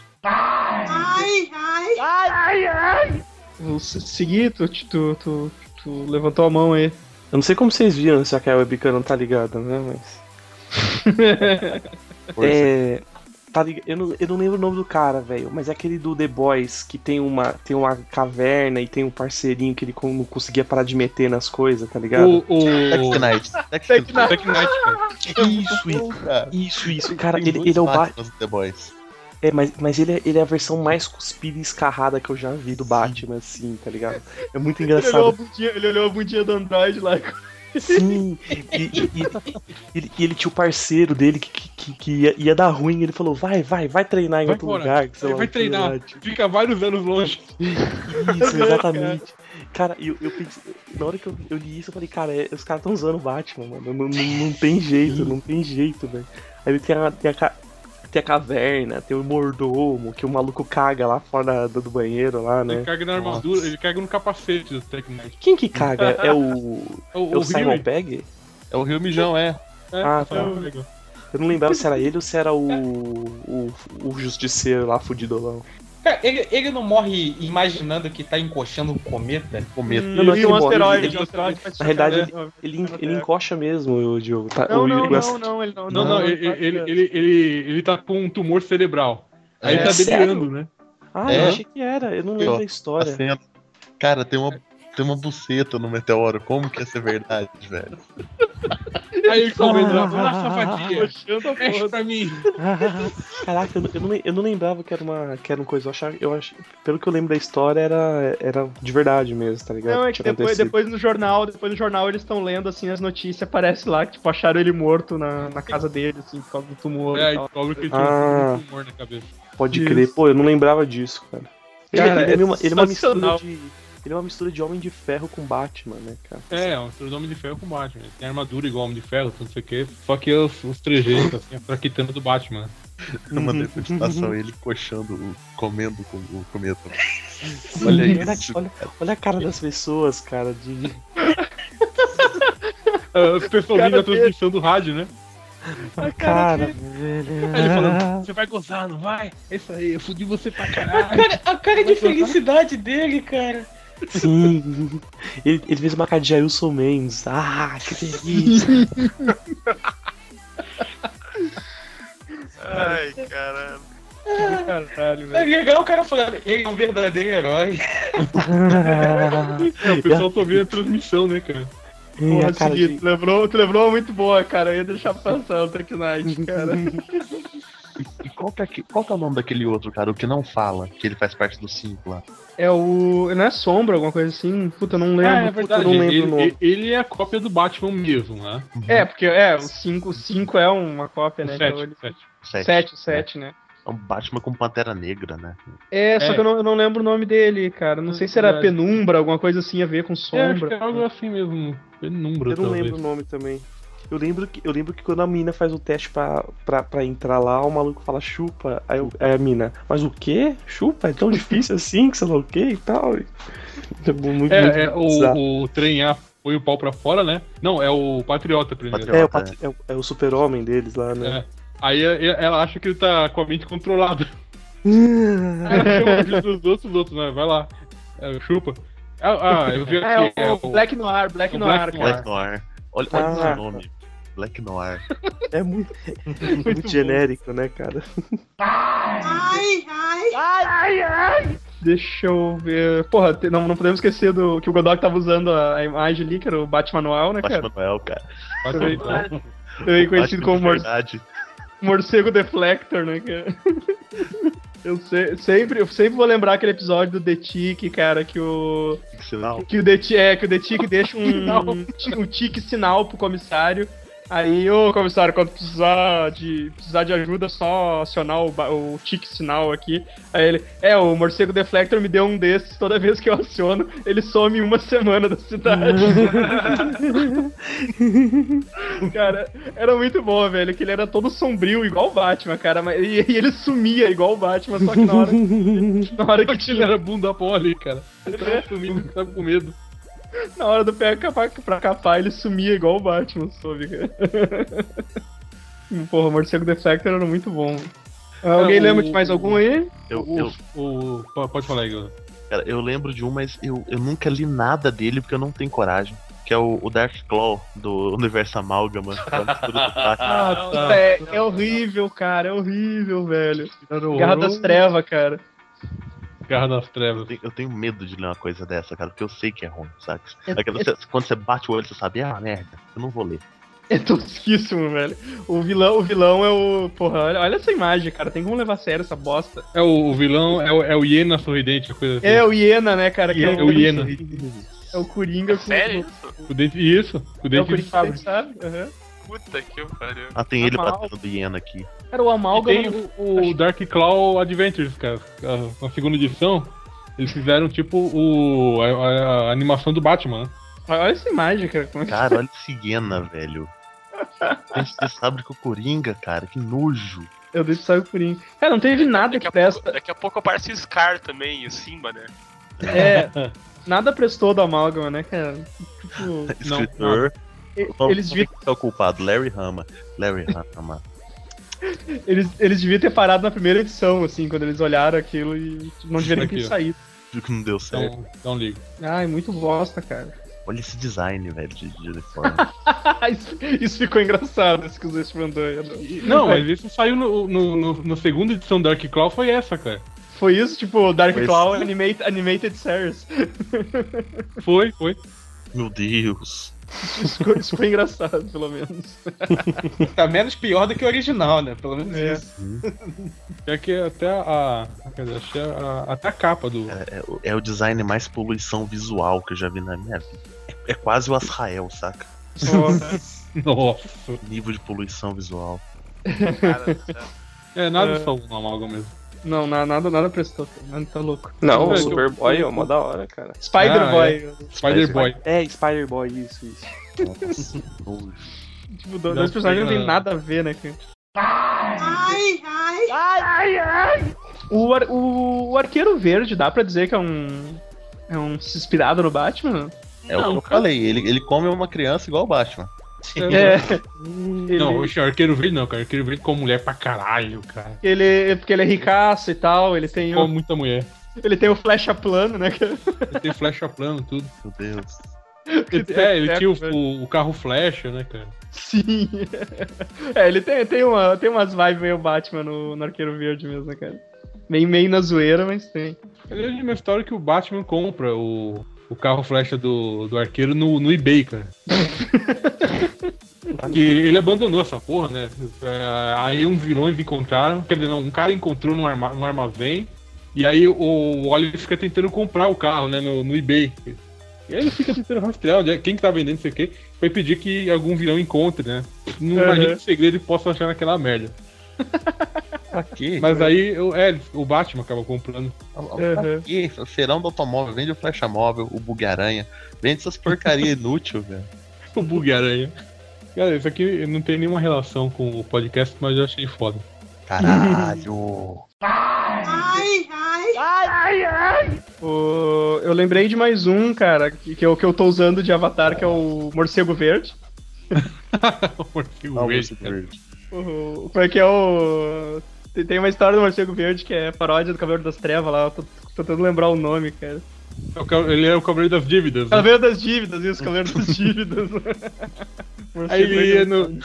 S1: O S- Segui, tu, tu, tu, tu levantou a mão aí.
S2: Eu não sei como vocês viram se a webcam não tá ligada, né? Mas. É. Tá lig... eu, não, eu não lembro o nome do cara, velho. Mas é aquele do The Boys que tem uma, tem uma caverna e tem um parceirinho que ele com- não conseguia parar de meter nas coisas, tá ligado?
S6: O, o...
S9: Tech Knight. Tech Knight.
S6: Tech Knight, cara.
S9: Isso, isso.
S2: Isso, isso, cara.
S9: um Tem
S2: Ele,
S9: dois
S2: ele é o Batman.
S9: Batmans do The Boys.
S2: É, mas, mas ele, é, ele é a versão mais cuspida e escarrada que eu já vi do Batman, assim, tá ligado? É muito
S1: Ele olhou, a
S2: engraçado.
S1: bundinha, ele olhou a bundinha do Android lá.
S2: Sim. E, e- e- ele, e ele tinha o parceiro dele que, que- que, que ia, ia dar ruim, ele falou: vai, vai, vai treinar em
S6: Vai
S2: outro
S6: embora.
S2: lugar. que sei
S6: Ele
S2: lá
S6: vai
S2: o que
S6: treinar.
S2: lá, tipo,
S6: Fica vários anos longe.
S2: Isso, exatamente. Cara, eu, eu pensei, na hora que eu, eu li isso, eu falei, cara, é- os caras estão usando o Batman, mano. Não, não, não tem jeito, não tem jeito, velho. Aí tem a, tem, a, ca- tem a caverna, tem o mordomo, que o maluco caga lá fora da- do banheiro lá,
S6: Ele
S2: né?
S6: caga na armadura, ele caga no capacete do Tech Knight.
S2: Quem que caga? É o.
S6: O,
S2: É o Simon
S6: Huey.
S2: Pegg?
S9: É o Rio Mijão, é.
S6: É,
S2: Ah, tá.
S6: o Simon Pegg.
S2: Eu não lembrava se era ele ou se era o. o, o justiceiro lá, fudidolão.
S7: Cara, ele, ele não morre imaginando que tá encoxando um cometa?
S9: Cometa.
S2: Não, não,
S1: e um
S2: aquele
S1: asteroide.
S2: morre.
S1: um asteroide faz
S2: Na realidade,
S1: chegar, né?
S2: Ele, en- ele encoxa mesmo, o Diogo. Tá,
S1: Não,
S2: o
S1: não,
S2: Igor-
S1: não, não, ele não.
S6: Não, não, ele, tá ele, ele, ele, ele tá com um tumor cerebral. Aí ele
S9: É,
S6: tá
S2: sério?
S6: delirando, né?
S2: Ah, eu
S9: É.
S2: achei que era, eu não lembro
S9: Ó,
S2: da
S9: Tá
S2: história.
S9: sendo. Cara, tem uma, tem uma buceta no meteoro. Como que essa é verdade, velho?
S6: Aí ele comenta, ah,
S1: tá
S6: safadinha, mexe pra mim.
S2: Caraca, eu, não- eu não, lem- eu não lembrava que era uma que era uma coisa. Eu achava, eu ach- pelo que eu lembro da história, era, era de verdade mesmo, tá ligado?
S1: Não, é que
S2: Tinha
S1: depois,
S2: acontecido.
S1: depois no jornal, depois no jornal eles estão lendo assim as notícias, aparece lá que tipo, acharam ele morto na, na casa dele, assim, por causa do tumor
S6: É,
S1: e
S6: aí
S1: tal.
S6: descobre que ele
S2: Ah.
S6: tinha um tumor na cabeça.
S2: Pode crer. Pô, eu não lembrava disso, cara. Ele,
S1: Cara,
S2: ele é,
S1: é
S2: uma, ele é uma mistura
S1: sensacional.
S2: de. Ele é uma mistura de Homem de Ferro com Batman, né, cara?
S6: É, um Homem de Ferro com Batman. Ele Tem armadura igual Homem de Ferro, não sei o quê. Só que os, os trejeitos, assim, a fraquitana do Batman. né?
S9: Uma
S2: Uhum.
S9: demonstração, ele coxando, o- comendo com o cometa.
S2: Olha,
S9: Olha
S2: isso,
S9: isso,
S2: olha, olha a cara das pessoas, cara. De...
S6: Ah, As pessoas
S1: Cara
S6: vindo a
S1: dele.
S6: transmissão do rádio, né?
S2: Cara, velho.
S6: Aí ele falando, você vai gozar, não vai? É isso aí, eu fudi você pra caralho.
S7: A cara de felicidade dele, cara.
S2: Sim. Ele, ele fez uma cara de Jailson Mendes. Ah, que delícia.
S5: Ai, caramba.
S1: Caralho,
S7: É
S1: velho.
S7: legal o cara falando, ele é um verdadeiro herói.
S6: É, o pessoal tá vendo a transmissão, né, cara?
S2: E
S1: Porra,
S2: a cara
S1: Segui,
S2: de-
S1: tu, lembrou, tu lembrou muito boa, cara. Eu ia deixar passar o Tech Knight, cara.
S9: E qual que, é, que- qual que é o nome daquele outro, cara? O que não fala, que ele faz parte do 5 lá.
S1: É o. Não é sombra, alguma coisa assim? Puta, eu não lembro.
S6: Ah, é
S1: puta, eu
S6: verdade.
S1: não lembro o
S6: Ele,
S1: nome.
S6: ele- ele é a cópia do Batman mesmo, né?
S1: É, porque é, o 5 cinco é uma cópia, né?
S6: Sete,
S1: então ele-
S6: sete.
S9: Sete.
S1: sete, sete, né?
S9: É um Batman com Pantera Negra, né?
S1: É,
S6: É.
S1: só que eu não, eu não lembro o nome dele, cara. Não sei se era
S6: Verdade.
S1: penumbra, alguma coisa assim a ver com
S6: É, acho que
S1: sombra.
S6: é algo assim mesmo. Penumbra,
S2: Eu não
S6: talvez.
S2: lembro o nome também. Eu lembro, que, eu lembro que quando a mina faz o teste pra, pra, pra entrar lá, o maluco fala chupa. Aí, eu- aí a mina, mas o quê? Chupa? É tão difícil assim que sei lá o quê e tal. E- É bom, muito, muito
S6: É, é
S2: bizarro.
S6: o, o trem A põe o pau pra fora, né? Não, é o Patriota primeiro.
S9: Patriota.
S2: É, o patri- é o, é o super-homem deles lá, né?
S6: É. Aí e- ela acha que ele tá com a mente controlada.
S2: Ah,
S6: Ela chama o juiz dos outros, dos outros, né? Vai lá. É, chupa. Ah, ah, eu vi
S1: É,
S6: aqui.
S1: o, Black Noir, Black
S6: o
S1: Noir,
S6: Black
S1: cara.
S9: Black Noir. Olha, olha
S2: Ah.
S9: esse nome. Black Noir.
S2: É muito, muito genérico, né, cara?
S1: Deixa eu ver. Porra, te- não, não podemos esquecer do que o Godot tava usando a, a imagem ali, que era o Batman Noel, né, cara?
S9: Batman Noel, cara.
S6: Batman.
S1: Também conhecido
S9: Batman
S1: como
S9: de
S1: mor-
S9: verdade.
S1: Morcego Deflector, né, cara? Eu se- sempre, eu sempre vou lembrar aquele episódio do The Tick, cara, que o.
S9: Que sinal.
S1: Que o The Tick, é, que o The Tick deixa um, um tique sinal pro comissário. Aí, ô comissário, quando precisar de, precisar de ajuda, só acionar o, ba- o tique sinal aqui. Aí ele, é, o morcego deflector me deu um desses, toda vez que eu aciono, ele some em uma semana da cidade. cara, era muito bom, velho, que ele era todo sombrio, igual o Batman, cara, mas, e, e ele sumia igual o Batman, só que na hora, na hora que
S6: Ele era bunda mole, cara. Ele tava sumindo, tava com medo.
S1: Na hora do pé pra, pra capar, ele sumia igual o Batman, soube, cara. Porra, o Morcego Defector era muito bom. Ah, Alguém
S6: o-
S1: lembra de mais algum aí?
S9: Eu,
S6: O-
S9: eu-
S6: o- po- pode falar aí, Igor.
S9: cara, eu lembro de um, mas eu, eu nunca li nada dele porque eu não tenho coragem. Que é o, o Dark Claw do Universo Amálgama. com a mistura do Batman.
S6: Ah,
S1: Puta, é, é horrível, cara, é horrível, velho. Garra das
S6: Trevas.
S1: Trevas, cara.
S6: Garra das Trevas.
S9: Eu tenho- Eu tenho medo de ler uma coisa dessa, cara, porque eu sei que é ruim, saca? Aquela- você- quando você bate o olho, você sabe, ah, merda, eu não vou ler.
S1: É tosquíssimo, velho. O vilão, o vilão é o. Porra, olha, olha essa imagem, cara. Tem como levar a sério essa bosta.
S6: É o, o vilão, é o, é o Hiena Sorridente, a coisa assim.
S1: É o Hiena, né, cara? que
S6: Hiena-
S1: é,
S6: é o Hiena.
S1: É o Coringa com.
S5: Sério isso?
S6: O dente, isso, o
S1: É o
S6: dente de
S1: Coringa,
S6: sabre.
S1: sabe? Aham.
S5: Puta que pariu.
S9: Ah, tem ele
S1: Amal-
S9: batendo hiena aqui.
S1: Cara, o
S6: E
S1: Amálgama
S6: tem o, o Dark Claw Adventures, cara. A, a segunda edição, eles fizeram tipo o, a, a- a animação do Batman, né?
S1: Olha essa imagem, cara. Como é que-
S9: Cara, olha esse hiena, velho. Tem esse sabre com o Coringa, cara, que nojo.
S1: Eu deixo sair o Coringa. Cara, não teve nada
S5: Daqui
S1: que
S5: a, pouco,
S1: presta.
S5: daqui a pouco aparece o Scar também, e o Simba, né?
S1: É, nada prestou do Amálgama, né, cara? Tipo,
S6: Não,
S9: Escritor.
S1: e-
S9: Qual-
S1: eles,
S9: quem
S1: deviam,
S9: que é o culpado? Larry Hama. Larry Hama.
S1: eles, eles deviam ter parado na primeira edição, assim, quando eles olharam aquilo e tipo, não deveriam
S6: Aqui,
S1: ter
S6: ó.
S1: saído.
S9: Digo que não deu certo.
S6: Então, então liga.
S1: Ai, muito bosta, cara.
S9: Olha esse design, velho, de, de uniforme.
S1: isso, isso ficou engraçado, isso que os dois mandou. eu não-
S6: Não, mas isso saiu no, no, no- na segunda edição do Dark Claw, foi essa, cara.
S1: Foi isso, tipo, Dark
S9: Foi
S1: Claw animate, Animated Series.
S6: Foi, foi.
S9: Meu Deus.
S1: Isso, ficou- isso foi engraçado, pelo menos.
S7: Tá menos pior do que o original, né? Pelo menos
S1: É.
S7: isso.
S6: É que até a. Quer dizer, achei a- até a capa do.
S9: É, é o- é o design mais poluição visual que eu já vi na minha vida. É, é quase o Azrael, saca?
S1: Porra.
S6: Nossa.
S9: Nível de poluição visual.
S5: Cara do céu.
S6: É nada
S1: É.
S6: só um amalgam mesmo.
S1: Não, na- nada, nada prestou, cara. Nada tá louco.
S2: Não, o
S6: É,
S2: Superboy é mó da hora, cara.
S1: Spider-Boy.
S6: Spider-Boy.
S2: É, Spider-Boy, isso, isso.
S9: Nossa, que nojo.
S1: Tipo, do-
S6: Não,
S1: dois personagens não tem
S6: não.
S1: nada a ver, né? Ai, O, ar- o, o Arqueiro Verde, dá pra dizer que é um. É um se inspirado no Batman?
S9: É o que eu falei, ele, ele come uma criança igual o Batman.
S1: É. ele,
S6: Uhum. Não, o arqueiro verde não, cara. Arqueiro verde com mulher pra caralho, cara.
S1: ele, porque ele é ricaço e tal, ele tem,
S6: Com
S1: o,
S6: muita mulher.
S1: ele tem o flecha plano, né? que-
S6: Ele tem flecha plano, tudo.
S9: Meu Deus.
S1: que
S6: É, ele
S1: tem-
S6: tinha o, o carro flecha, né, cara?
S1: Sim. É, ele tem, tem, uma, tem umas vibes meio Batman no, no Arqueiro Verde mesmo, né, cara? Meio, meio na zoeira, mas tem.
S6: Eu lembro é de uma história que o Batman compra o, o carro flecha do, do arqueiro no, no eBay, cara. E ele abandonou essa porra, né? É, Aí uns vilões encontraram, quer dizer, não, um cara encontrou num, arma, num armazém, e aí o, o Oliver fica tentando comprar o carro, né, no, no eBay. E aí ele fica tentando rastrear onde é- quem que tá vendendo isso aqui, pra impedir que algum vilão encontre, né? Não
S1: Uhum.
S6: imagina que segredo ele possa achar naquela merda.
S9: Pra quê?
S6: Mas aí, eu- é, o Batman acaba comprando.
S1: Uhum.
S9: Ih, o feirão do automóvel, vende o flecha móvel, o bug-aranha, vende essas porcaria inútil, velho.
S6: O bug aranha. Cara, isso aqui não tem nenhuma relação com o podcast, mas eu achei foda.
S9: Caralho!
S1: O- Eu lembrei de mais um, cara, que, que, eu, que eu tô usando de avatar, que é o Morcego Verde.
S6: Porque o
S9: Ah, o
S6: Waze,
S9: Waze
S6: cara.
S9: Verde.
S1: O, como é que é o. tem- Tem uma história do Morcego Verde que é paródia do Cavaleiro das Trevas lá, eu tô, tô tentando lembrar o nome, cara.
S6: É o ca- Ele é o cavaleiro das dívidas. né?
S1: Cavaleiro das Dívidas, isso, Cavaleiro das Dívidas. Morcego
S6: Aí ele ia,
S1: Verde.
S6: no-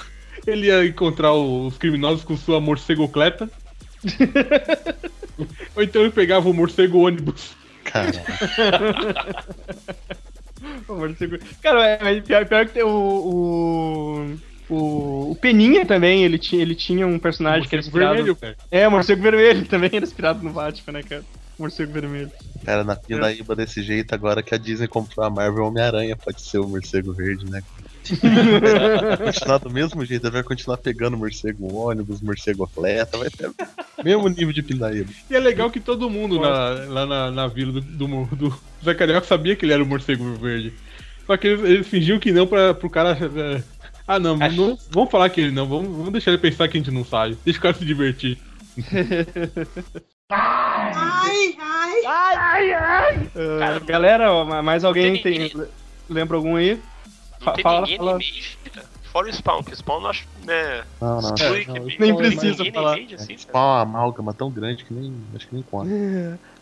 S6: ele ia encontrar o- os criminosos com sua morcegocleta. Ou então ele pegava o morcego ônibus.
S9: Cara,
S1: Pô, morcego- Cara, é, mas pior, pior que tem o. o... O, o Peninha também, ele tinha, ele tinha um personagem que era
S6: Morcego
S1: inspirado.
S6: vermelho, cara.
S1: É, Morcego Vermelho também era inspirado no Batman, né, cara? Morcego Vermelho.
S9: cara, na pila IBA desse jeito, agora que a Disney comprou a Marvel Homem-Aranha, pode ser o morcego verde, né? Vai continuar do mesmo jeito, ele vai continuar pegando morcego ônibus, morcego atleta, vai ter o mesmo nível de pindaíba.
S6: E é legal que todo mundo na- lá na, na vila do, do, mo- do Zé Carioca sabia que ele era o morcego verde. Só que eles, eles fingiam que não pra, pro cara. é, ah, não,
S7: Acho-
S6: não- vamos falar que ele não, vamos, vamos deixar ele pensar que a gente não sabe. Deixa o cara se divertir.
S1: Ah, galera, ó, ma- mais alguém
S5: Não tem
S1: tem, lembra algum aí?
S5: Não tem
S1: Fala-
S5: ninguém
S1: fala.
S5: na Image, fora o Spawn, que o Spawn não acho, né,
S9: Não, não. não,
S5: exclui que é
S9: não.
S5: Image,
S1: Nem
S5: mas
S1: precisa
S5: ninguém na
S1: falar.
S5: Image, assim,
S9: Tipo, uma amálgama tão grande que nem. Acho que nem conta.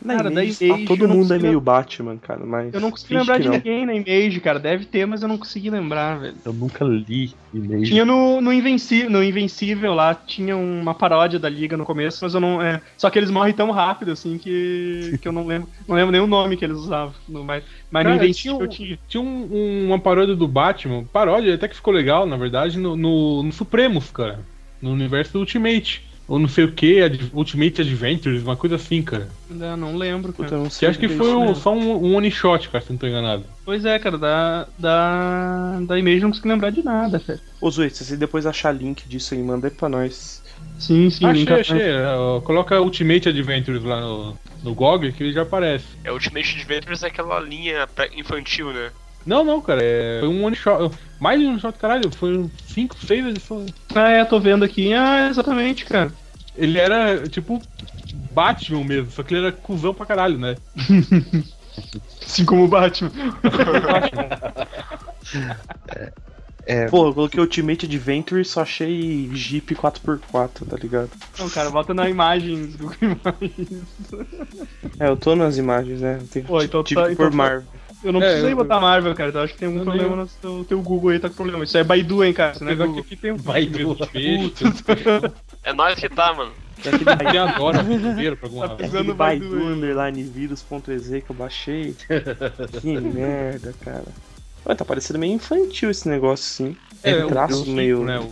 S2: Na
S1: Cara,
S2: Image,
S1: da Image,
S2: tá- todo
S1: eu não
S2: mundo é
S1: consigo-
S2: meio Batman, cara, mas.
S1: Eu não consegui
S2: finge
S1: lembrar
S2: que
S1: de
S2: não.
S1: ninguém na Image, cara. Deve ter, mas eu não consegui lembrar, velho.
S9: Eu nunca li e-mail.
S1: Tinha no, no, Invenci- no Invencível lá, tinha uma paródia da Liga no começo, mas eu não. é, só que eles morrem tão rápido assim que, que eu não lembro. Não lembro nem o nome que eles usavam. no- mas mas no
S6: Cara,
S1: Invencível
S6: tinha um-
S1: eu tinha.
S6: Tinha um- um- uma paródia do Batman, paródia até que ficou legal, na verdade, no, no, no Supremos, cara. No universo do Ultimate. Ou não sei o que, Ultimate Adventures, uma coisa assim, cara.
S1: Não, não lembro, cara.
S2: Puta, eu não
S6: Que
S2: sei
S6: acho que
S2: direito,
S6: foi o-
S2: né?
S6: só um, um one shot, cara, se não tô enganado.
S1: Pois é, cara, da, da, da Image eu não consigo lembrar de nada, cara.
S2: Ô, Zoe, se você depois achar link disso aí, manda aí pra nós.
S1: Sim, sim,
S6: achei,
S1: nunca-
S6: achei. É, ó, Coloca Ultimate Adventures lá no, no GOG que ele já aparece.
S5: É Ultimate Adventures é aquela linha pré- infantil, né?
S6: Não, não, cara. é- foi um one shot. Mais de um one shot, caralho. Foi 5, 6 edições.
S1: Ah, é, tô vendo aqui. Ah, exatamente, cara.
S6: Ele era tipo Batman mesmo, só que ele era cuzão pra caralho, né?
S1: Assim como o Batman.
S6: É.
S2: Pô, eu coloquei Ultimate Adventure e só achei Jeep 4x4, tá ligado?
S1: Não, cara, bota na imagem do imagens.
S2: É, eu tô nas imagens, né? Eu tenho-
S1: Pô, então
S2: tive
S1: tá-
S2: que
S1: então
S2: por
S1: tá.
S2: Marvel.
S1: Eu não
S6: É,
S1: precisei
S6: eu-
S1: botar Marvel, cara. Então acho que tem algum
S6: Eu
S1: problema
S6: nem-
S1: no seu, teu Google aí, tá com problema. Isso é Baidu, hein, cara. Isso não é
S6: Apesar que
S1: Google.
S6: aqui tem um Vai mesmo de peixe.
S5: É nós que tá, mano.
S6: Ele adora brasileiro pra alguma
S1: Tá
S6: razão.
S1: Usando
S2: Aquele
S1: o Baidu,
S2: Baidu, underline vírus.exe que eu baixei. que merda, cara. Ué, tá parecendo meio infantil esse negócio, sim.
S6: É,
S2: É,
S6: o-
S2: traço
S6: o-
S2: meio
S6: né, o-
S1: É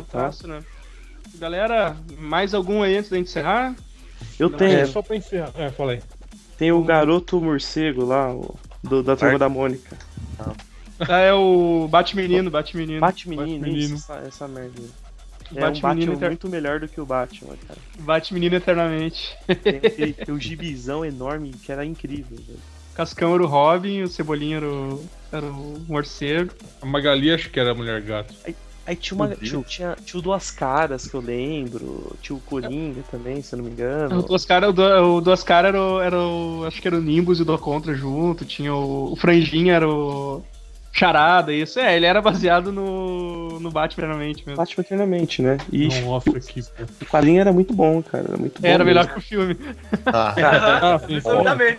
S1: o
S2: tá? e tal.
S1: traço, né? Galera, mais algum aí antes da gente encerrar?
S2: Eu
S6: É,
S2: tenho,
S6: só pra encerrar. É, fala aí.
S2: tem o garoto morcego lá, o- do- da turma
S9: Ar-
S2: da Mônica.
S1: Ah, é o Batmenino, Batmenino.
S2: Batmenino,
S6: Batmenino.
S2: isso, essa, essa merda. aí. É um
S1: Batmenino
S2: Batman
S1: eter...
S2: muito melhor do que o Batman, cara.
S1: Batmenino eternamente.
S2: Tem aquele- tem um gibizão enorme que era incrível, velho.
S1: Cascão era o Robin, o Cebolinha era o, era o morcego.
S6: A Magali acho que era a mulher gato.
S2: Aí tinha uma.
S9: Inclusive.
S2: Tinha, tinha, tinha o Duas Caras que eu lembro. Tinha o Coringa também, se eu não me engano.
S1: O Duas Caras o Duas Cara era, o, era o. Acho que era o Nimbus e o Do Contra junto. Tinha o, o Franjinha, era o. Charada, isso. É, ele era baseado no. no Batman realmente mesmo.
S2: Batman eternamente, né? E
S6: Nossa, que.
S2: o quadrinho era muito bom, cara. Era muito bom.
S1: Era
S2: mesmo.
S1: melhor que o filme.
S9: Ah,
S6: Ah, sim, sim.
S10: Exatamente.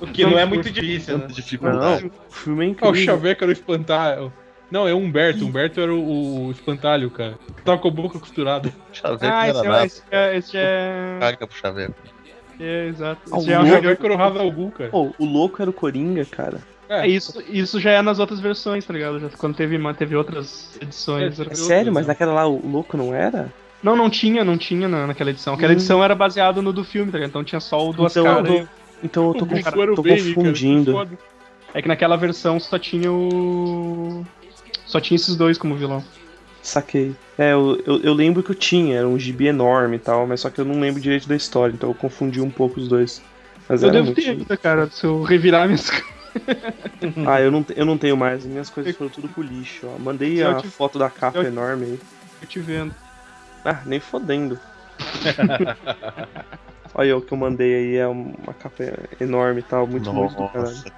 S7: O que não é muito difícil, né?
S9: tanta
S2: Não,
S9: dificuldade.
S2: o filme é
S6: Ah, o
S2: incrível.
S6: Xaveco era o espantalho. Não, é o Humberto. O Humberto era o, o espantalho, cara. Tava com a boca costurada.
S9: Xaveco não
S1: Ah,
S9: era
S1: esse é,
S9: nada.
S1: esse é, esse é,
S9: Caga pro Xaveco.
S1: é, exato.
S2: Ah,
S1: Esse
S2: o
S1: é,
S6: O
S1: um-
S6: Xaveco era o Razalgu, cara.
S2: Pô, o louco era o Coringa, cara.
S1: é isso, isso já é nas outras versões, tá ligado? Já- quando teve, teve outras edições.
S6: É,
S1: era-
S2: É
S6: Eu
S2: sério,
S6: tô
S2: mas
S6: dizendo.
S2: naquela lá o louco não era?
S1: Não, não tinha, não tinha na- naquela edição. Aquela edição era baseada no do filme, tá ligado? Então tinha só o duas
S2: Hum. Então,
S1: caras.
S2: eu Então eu tô,
S6: O
S2: conf-
S6: Goku era o
S2: tô
S6: Bane, cara,
S2: confundindo.
S6: que foda.
S1: É que naquela versão só tinha o. Só tinha esses dois como vilão.
S2: Saquei. É, eu, eu, eu lembro que eu tinha, era um gibi enorme e tal, mas só que eu não lembro direito da história, então eu confundi um pouco os dois. Mas
S1: Eu
S2: era
S1: devo
S2: muito-
S1: ter ainda, cara, se eu revirar minhas
S2: Ah, eu não, te- eu não tenho mais, minhas coisas foram tudo pro lixo, ó. Mandei
S1: Se eu
S2: a
S1: te-
S2: foto da capa
S1: eu te-
S2: enorme aí.
S1: eu te vendo.
S2: Ah, nem fodendo. Olha, o que eu mandei aí é uma capa enorme e tal, muito muito do caralho.
S9: Nossa.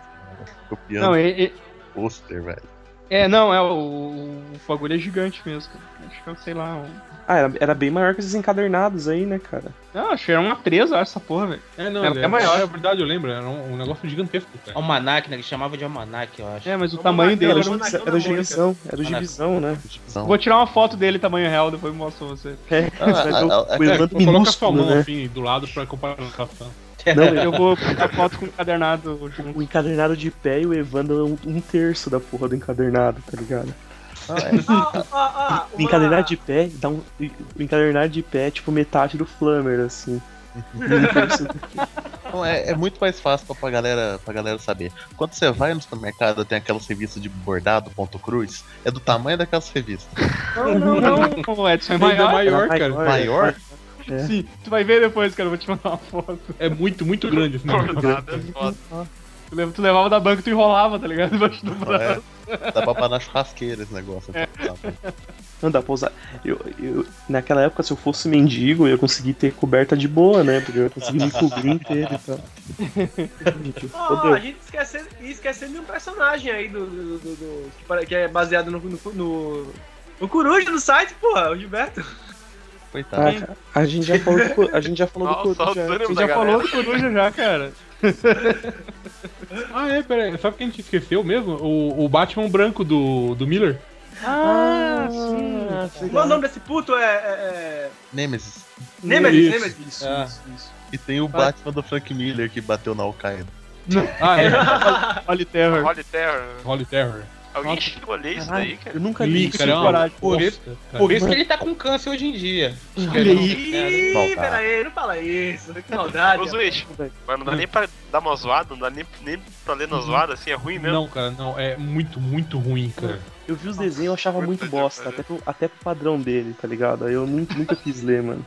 S9: Copiando
S1: Não, é, é-
S9: o pôster, velho.
S1: é, não, é o, o bagulho é gigante mesmo, cara. Acho que eu sei lá. Um...
S2: Ah, era, era bem maior que esses encadernados aí, né, cara?
S1: Não, acho que era uma 3, essa porra, velho.
S6: É, não,
S1: Era
S6: ele
S1: até maior.
S6: Na verdade, eu lembro, era um, um negócio gigantesco, cara.
S7: Almanac, né? Que chamava de almanac, eu acho.
S1: É, mas o
S10: Vamos
S1: tamanho
S10: lá,
S1: dele
S10: cara,
S1: era
S10: vamos
S1: um...
S10: lá. Monarcão
S2: Era o
S10: da
S2: gibizão, era o gibizão, né?
S9: Não.
S1: Vou tirar uma foto dele tamanho real, depois eu mostro pra você.
S2: É, mas eu-
S9: Ah,
S2: o
S6: É,
S2: Evandro
S6: coloca sua
S2: minúsculo,
S6: mão
S2: né?
S6: assim do lado pra comparação.
S2: Não,
S1: Eu vou tirar foto com o encadernado junto.
S2: O encadernado de pé e o Evandro é um, um terço da porra do encadernado, tá ligado?
S10: Ah, ah, ah,
S2: O encadernado de pé dá um. O encadernado de pé é tipo metade do Flammer, assim. E um terço-
S9: Então, é, é muito mais fácil pra, pra, galera, pra galera saber. Quando você vai no supermercado, tem aquela revista de bordado, ponto cruz, é do tamanho daquelas revistas.
S1: Não, não, não. O Edson é maior,
S9: maior, cara. Maior?
S2: É.
S1: Sim, tu vai ver depois, cara. Eu vou te mandar uma foto.
S6: É muito, muito grande esse negócio.
S5: Nada, foda.
S1: Tu lev- Tu levava da banca e tu enrolava, tá ligado? Debaixo do braço.
S9: É, dá pra parar na churrasqueira esse negócio. assim,
S2: Não dá pra usar. Eu, eu- naquela época, se eu fosse mendigo, eu ia conseguir ter coberta de boa, né? Porque eu ia conseguir me cobrir inteiro então. e tal. Gente,
S10: Ó, Ah, a
S2: fodeu.
S10: gente esquece, e esquecendo de um personagem aí do, do- do- do- que, pare- que é baseado no, no, no, no Coruja do site, porra, o Gilberto.
S9: Coitado.
S2: Ah, a gente já falou do, co- a gente já falou do
S5: Nossa,
S2: Coruja.
S5: o é
S1: Tu
S5: ânimo da
S1: já falou
S5: galera.
S1: do coruja já, cara.
S6: Ah, é, peraí. Sabe o que a gente esqueceu mesmo? O, o Batman branco do, do Miller.
S1: Ah,
S2: Ah, sei
S10: Qual
S2: lá.
S10: o nome desse puto é. é, é...
S9: Nemesis.
S10: Nemesis, Nemesis.
S6: Isso. Ah.
S9: E tem o Batman do Frank Miller que bateu na Al-Qaeda.
S6: Ah, é.
S1: Olha o terror.
S5: Holy Terror.
S6: Holy Terror.
S5: Alguém chegou a ler isso daí, cara?
S2: Eu nunca li
S6: Li,
S2: isso.
S6: cara. é uma
S1: coragem.
S6: bosta, cara.
S7: Por isso que ele tá com câncer hoje em dia.
S6: Olha aí.
S10: Ih,
S9: Maldade.
S10: peraí, não fala isso, que maldade.
S5: Ô, Zuiz, mas não dá nem pra dar uma zoada, não dá nem, nem pra ler na zoada, assim, é ruim mesmo.
S6: Não, cara, não. É muito, muito ruim, cara.
S2: Eu vi os desenhos e eu achava muito bosta, até pro, até pro padrão dele, tá ligado? Aí eu nunca, nunca quis ler, mano.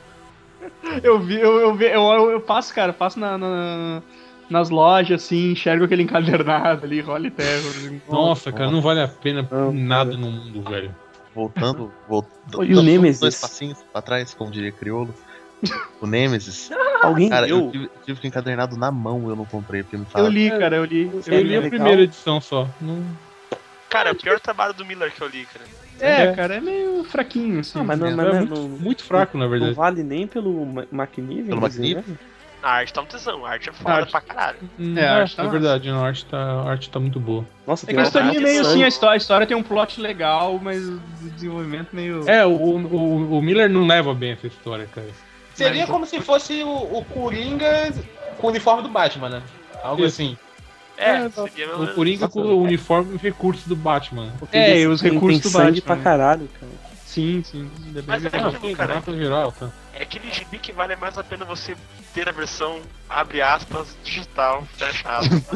S1: Eu vi, eu, eu, vi- eu, eu, eu passo, cara, passo na, na- nas lojas, assim, enxergo aquele encadernado ali, olha o terror. assim.
S6: Nossa, cara, não vale a pena
S2: Não,
S6: nada no mundo, velho.
S9: Voltando, voltando.
S2: Ô, e o Nemesis?
S9: Dois passinhos pra trás, como diria Criolo. O Nemesis.
S2: Alguém
S9: Cara, eu,
S2: leu?
S9: tive, tive que encadernado na mão, eu não comprei, porque me
S1: Eu
S9: falaram.
S1: li, cara, eu li.
S6: Eu li a
S2: é legal.
S6: primeira edição só. Não...
S5: Cara, é o pior trabalho do Miller que eu li, cara.
S1: É, cara, é meio fraquinho, assim.
S2: Ah, mas não,
S6: é,
S2: mas não,
S6: muito, né?
S2: não-
S6: muito fraco, na
S2: não
S6: verdade.
S2: vale nem pelo Ma- McNiven?
S9: Pelo
S2: quer dizer,
S9: McNiven?
S2: né?
S5: A arte tá um tesão, a arte é foda
S1: Arte.
S5: pra caralho.
S1: É, a arte tá
S6: na
S1: massa.
S6: Hum, verdade, não, a arte tá, a arte tá muito boa.
S2: Nossa,
S1: É que a
S5: uma
S1: historinha é
S5: parte
S1: meio
S5: só.
S1: assim, a história, a história tem um plot legal, mas o desenvolvimento meio.
S6: É, o, o, o Miller não leva bem essa história, cara.
S7: Seria como se fosse o, o Coringa com o uniforme do Batman, né? Algo
S6: Isso.
S7: assim.
S5: É,
S6: É,
S5: seria mesmo.
S6: O Coringa com o uniforme e recursos do Batman.
S1: É,
S2: Tem-
S1: e os
S2: tem-
S1: recursos do
S2: tem sangue
S1: Batman,
S2: pra caralho, cara.
S1: Sim, sim. ainda bem
S5: Mas
S1: que-
S5: é aquilo,
S6: Cara,
S5: cara.
S6: nota geral, tá?
S5: É aquele gibi que vale mais a pena você ter a versão, abre aspas, digital, fecha aspas.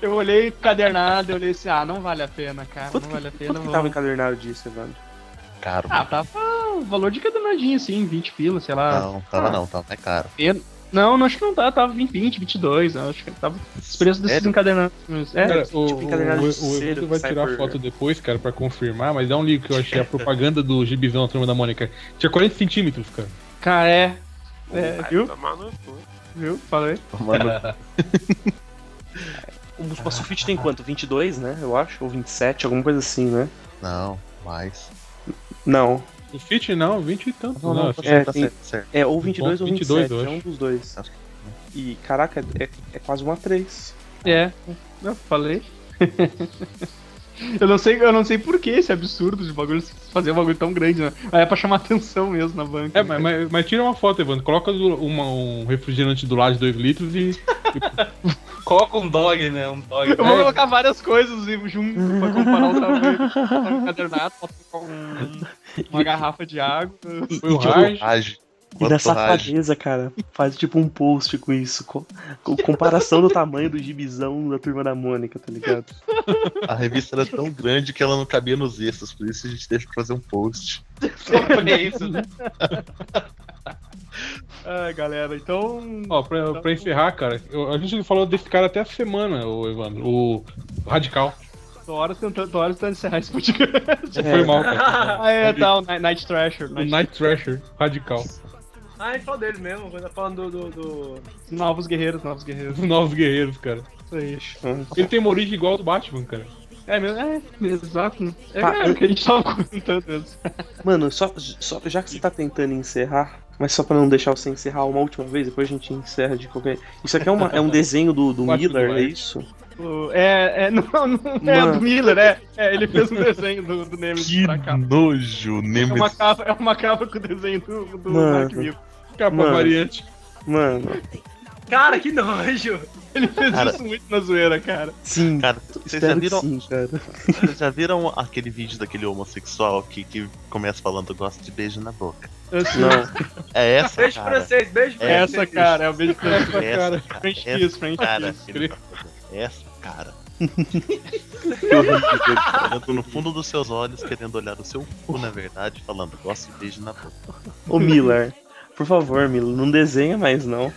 S1: Eu olhei cadernado, eu olhei assim, ah, não vale a pena, cara,
S2: Quanto
S1: não vale a
S2: que,
S1: pena.
S2: quanto que
S1: vou-
S2: tava encadernado disso, Evandro?
S9: é Caro.
S1: Ah, tava o valor de cadernadinho, assim, 20 pila, sei lá.
S9: Não, tava não, tava é caro.
S1: Não, não, acho que não tá, tava 20, 20 22, eu acho que tava os preços desses
S9: Sério?
S1: encadernados. mas- É,
S6: Cara, o,
S2: tipo encadernado
S6: o-
S2: de
S6: o
S2: cera,
S6: Evandro
S2: que
S6: vai
S2: sai
S6: tirar
S2: por-
S6: foto depois, cara, pra confirmar, mas dá um livro que eu achei a propaganda do gibizão da turma da Mônica. Tinha 40 centímetros, cara.
S1: cara, é. É,
S5: Vai
S1: viu?
S5: tomar no cu.
S1: Viu? Falei.
S9: Mano,
S2: Um O Muspa Sulfite tem quanto? 22, né? Eu acho. Ou 27, alguma coisa assim, né?
S9: não, mas.
S2: Não.
S6: O Fit não, 20 e tanto.
S9: Não,
S6: não,
S9: não,
S6: acho
S9: você
S2: é,
S9: tá
S2: tem-
S9: certo, certo.
S2: É ou 22 ou
S6: 22,
S2: 27.
S6: eu
S2: É
S6: acho.
S2: um dos dois.
S9: Acho que-
S2: E, caraca, é, é quase uma 3.
S1: É, eu falei. eu não sei, eu não sei por que esse absurdo de bagulho fazer um bagulho tão grande, né? Mas é pra chamar atenção mesmo na banca. né?
S6: É, mas, mas- mas tira uma foto, Evandro. Coloca do- uma- um refrigerante do lado de 2 litros e.
S7: Coloca um dog, né? Um dog.
S1: Eu vou
S6: é.
S1: colocar várias coisas junto pra comparar Um o tamanho do cadernado, posso colocar um- uma garrafa de água.
S2: E,
S6: Foi o
S2: e, tipo,
S6: Raj.
S9: Rage.
S2: e da
S9: Quanto rage.
S2: safadeza, cara. Faz tipo um post com isso. Com, com comparação do tamanho do gibizão da turma da Mônica, tá ligado?
S9: A revista era tão grande que ela não cabia nos extras, por isso a gente teve que fazer um post.
S7: É isso, né?
S1: Ah, galera, então.
S6: Ó, pra, pra encerrar, cara, eu- a gente falou desse cara até a semana, o Evandro. O Radical.
S1: Tô horas tentando, tô horas tentando encerrar esse podcast.
S2: É.
S6: Foi mal, cara.
S1: Ah, é, tá, o Night, Night Thrasher.
S6: O
S1: Night-
S6: Night Thrasher, Radical.
S10: Ah, ele falou dele mesmo, quando tá falando do. do, do...
S1: Novos guerreiros, novos guerreiros.
S6: Os novos guerreiros, cara.
S1: Isso aí.
S9: Hum.
S6: Ele tem uma origem igual ao do Batman, cara.
S1: É mesmo, é, mesmo, exato. né? É,
S2: Tá,
S1: é o que a gente tava comentando mesmo.
S2: Mano, só, só, já que você tá tentando encerrar, mas só pra não deixar você encerrar uma última vez, depois a gente encerra de qualquer. Isso aqui é, uma, é um desenho do, do
S6: Quatro
S2: Miller, é
S6: dólares.
S2: isso?
S1: O- É, é, não, não é
S2: Mano.
S1: do Miller, é, é. Ele fez um desenho do, do Nemesis
S9: Que
S1: pra cá.
S9: nojo,
S1: É uma,
S9: Nemesis.
S1: capa, é uma capa com o desenho do, do
S2: Mano.
S1: Mark Miller.
S6: Capa
S2: Mano.
S6: variante.
S2: Mano,
S10: Cara, que nojo!
S1: Ele fez
S9: Cara.
S1: isso muito na zoeira, cara.
S2: Sim,
S9: Cara, vocês já
S2: espero que
S9: viram,
S2: sim, cara.
S9: vocês já viram aquele vídeo daquele homossexual que, que começa falando eu gosto de beijo na boca?
S1: Eu sei.
S2: Não,
S9: É essa,
S10: Beijo pra
S9: cara.
S10: vocês, beijo pra
S1: Essa,
S10: vocês.
S1: cara, é o beijo pra
S9: Essa, cara.
S1: cara. French
S9: Essa,
S1: kiss, French
S9: Cara,
S1: kiss.
S9: filho da puta. essa, cara. um Que horrível, cara. Olhando no fundo dos seus olhos, querendo olhar o seu cu, na verdade, falando gosto de beijo na boca.
S2: ô Miller, por favor, Miller, não desenha mais não.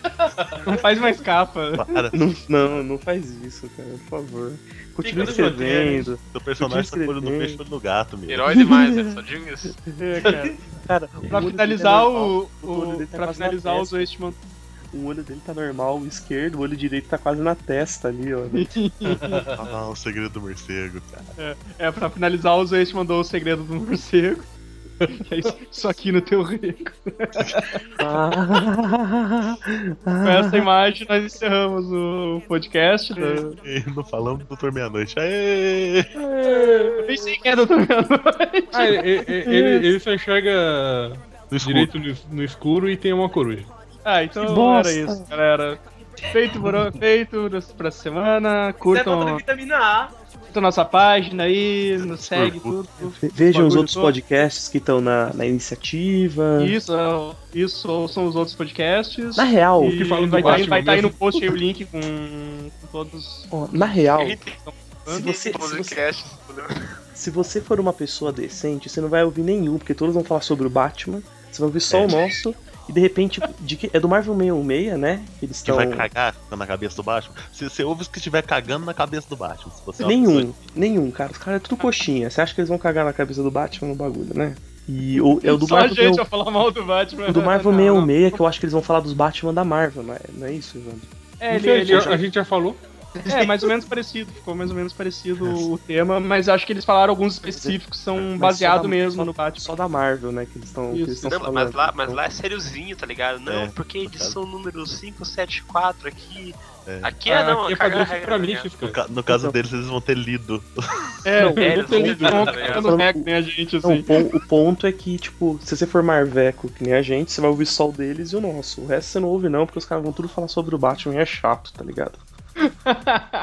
S1: Não faz mais capa.
S9: Para,
S2: Não, não, não faz isso, cara, por favor. Continua
S10: Fica no roteiro.
S2: escrevendo.
S9: seu personagem tá com o olho no
S2: escrever.
S9: peixe e o olho no gato, meu.
S5: Herói demais, né? Só digo isso.
S1: É, cara.
S2: Cara,
S1: Pra
S2: o olho
S1: finalizar
S2: dele tá normal,
S1: o.
S2: olho
S1: o
S2: dele tá
S1: pra
S2: quase na
S1: finalizar os
S2: testa.
S1: Westman.
S2: O olho dele tá normal, o esquerdo, o olho direito tá quase na testa ali, ó.
S9: Ah, o segredo do morcego, cara.
S1: É, pra finalizar os West mandou o segredo do morcego. É isso, isso aqui no teu rico.
S2: Ah,
S1: Com essa imagem nós encerramos o podcast. Do...
S9: E não falamos do Doutor Meia-Noite. Aê!
S1: Eu nem sei quem é Doutor Meia-Noite.
S6: Ah, ele, ele- ele- ele só enxerga
S9: No escuro.
S6: direito no, no escuro e tem uma coruja.
S1: Ah, então
S2: bosta.
S1: era isso, galera. Feito, por, feito das- pra semana.
S2: é
S10: Até falta
S1: Curtam,
S10: vitamina A.
S1: curtam nossa página aí, nos segue tudo.
S2: ve- Vejam os
S1: Bagulho
S2: outros
S1: todo.
S2: podcasts que estão na, na iniciativa.
S1: Isso, é isso ouçam os outros podcasts.
S2: Na real,
S1: E
S6: que fala do
S1: vai estar
S6: Batman
S1: vai tá aí
S6: mesmo.
S1: no post aí o link com, com todos.
S2: ó, na real, se
S9: então,
S5: Todos
S2: você, se
S5: os
S2: você
S5: casts, entendeu?
S2: Se você for uma pessoa decente, você não vai ouvir nenhum, porque todos vão falar sobre o Batman, você vai ouvir só
S9: É.
S2: o nosso, e de repente, de que- é do Marvel 616, né? Que Eles
S9: Que
S2: estão.
S9: vai cagar na cabeça do Batman. Se você ouve os que estiver cagando na cabeça do Batman. Se você é uma
S2: Nenhum,
S9: pessoa-
S2: nenhum, cara. Os caras é tudo coxinha. Você acha que eles vão cagar na cabeça do Batman no bagulho, né? E o, é o do
S1: Só a
S2: Marvel,
S1: gente
S2: meu-
S1: vai falar mal do Batman.
S2: o do Marvel
S1: Não, não.
S2: 616, que eu acho que eles vão falar dos Batman da Marvel, não é, não é isso, Evandro?
S1: É, ele,
S6: Então,
S1: ele,
S6: a, gente já, a gente já falou.
S1: é, mais ou menos parecido. Ficou mais ou menos parecido o tema, mas acho que eles falaram alguns específicos, são
S2: Mas
S1: baseado
S2: só da-
S1: mesmo
S2: só-
S1: no Batman.
S2: Só da Marvel, né? Que eles estão
S1: Isso.
S5: Não,
S2: falando.
S5: mas, lá, mas
S2: Então,
S5: lá é sériozinho, tá ligado? Não,
S9: É,
S5: porque
S9: tá ligado.
S5: edição número 574 aqui.
S9: É.
S5: Aqui
S2: Ah,
S5: é não,
S6: aqui é
S5: cagar
S6: padrão
S5: a regra, tá ligado?
S6: supranítico,
S9: No,
S6: cara.
S9: ca- no caso
S2: Então-
S9: deles, eles vão ter lido.
S1: É, o
S5: É,
S1: é,
S5: eles
S1: tem
S5: vão- tá ligado?
S1: ficando reco, né, a gente,
S2: Não, o,
S1: assim.
S2: pon- o ponto é que, tipo, se você for Marveco, que nem a gente, você vai ouvir só o deles e o nosso. O resto você não ouve, não, porque os caras vão tudo falar sobre o Batman e é chato, tá ligado?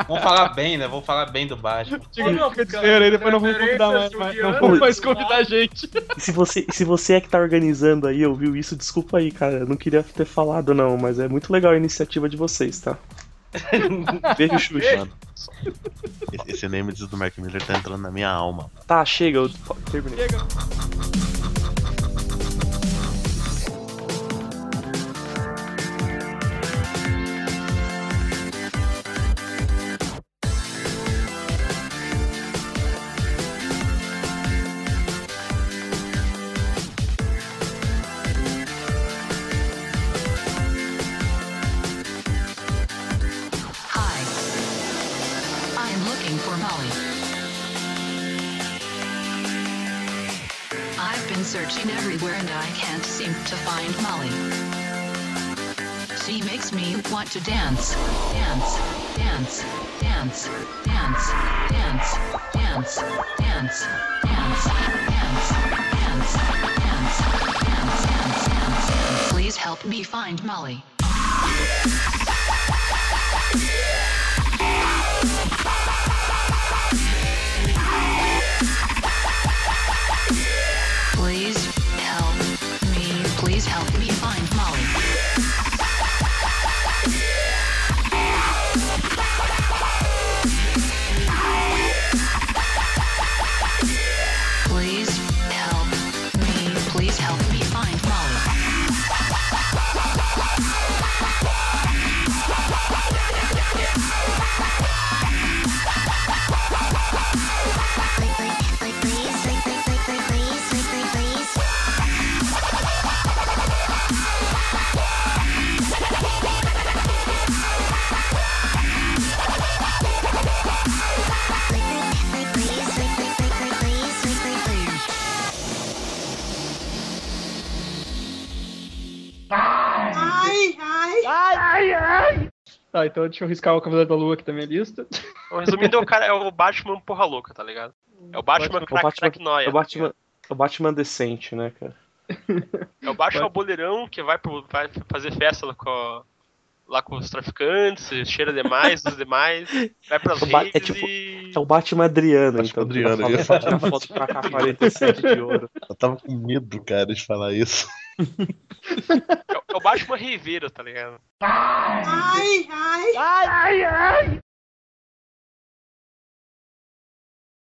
S7: Vamos falar bem, né? Vamos falar bem do Batman.
S1: Diga-
S10: Ô, meu,
S1: fica
S10: cara,
S1: dizendo, aí depois não vão convidar mais,
S10: referências
S1: mais-
S10: de
S1: não
S10: Diana,
S1: vão
S2: Pô,
S1: mais convidar a gente.
S2: E se você, se você é que tá organizando aí, ouviu isso, desculpa aí, cara. Eu não queria ter falado, não, mas é muito legal a iniciativa de vocês, tá? Beijo, Xuxa.
S9: Mano, esse, esse Nemesis do Mark Miller tá entrando na minha alma.
S2: Tá, chega, eu terminei.
S3: Hi. I am looking for Molly. I've been searching everywhere and I can't seem to find Molly. She makes me want to dance, dance, dance, dance, dance, dance, dance, dance, dance, dance, dance, dance, dance, dance, dance. Please help me find Molly. Please help me. Please help me find Molly. Please help me. Please help me find Molly.
S1: Tá, então deixa eu riscar o Cavaleiro da Lua aqui da minha lista.
S5: Então, Resumindo, é o cara é o Batman porra louca, tá ligado? É o Batman
S2: É o Batman-
S5: crack crack noia.
S2: É
S5: tá
S2: o Batman, é o Batman decente, né, cara?
S5: É o Batman boleirão que vai, pro, vai fazer festa com, lá com os traficantes, cheira demais dos demais, vai pras
S2: O Ba- é
S5: redes
S2: tipo-
S5: e...
S2: É o Batman Adriano,
S9: Batman
S2: então.
S9: Adriano,
S2: Tira
S9: eu ia
S2: foto- tira foto com a K47 de ouro.
S9: Eu tava com medo, cara, de falar isso.
S5: É o- é o Batman Rivera, tá ligado?
S4: Ai, ai!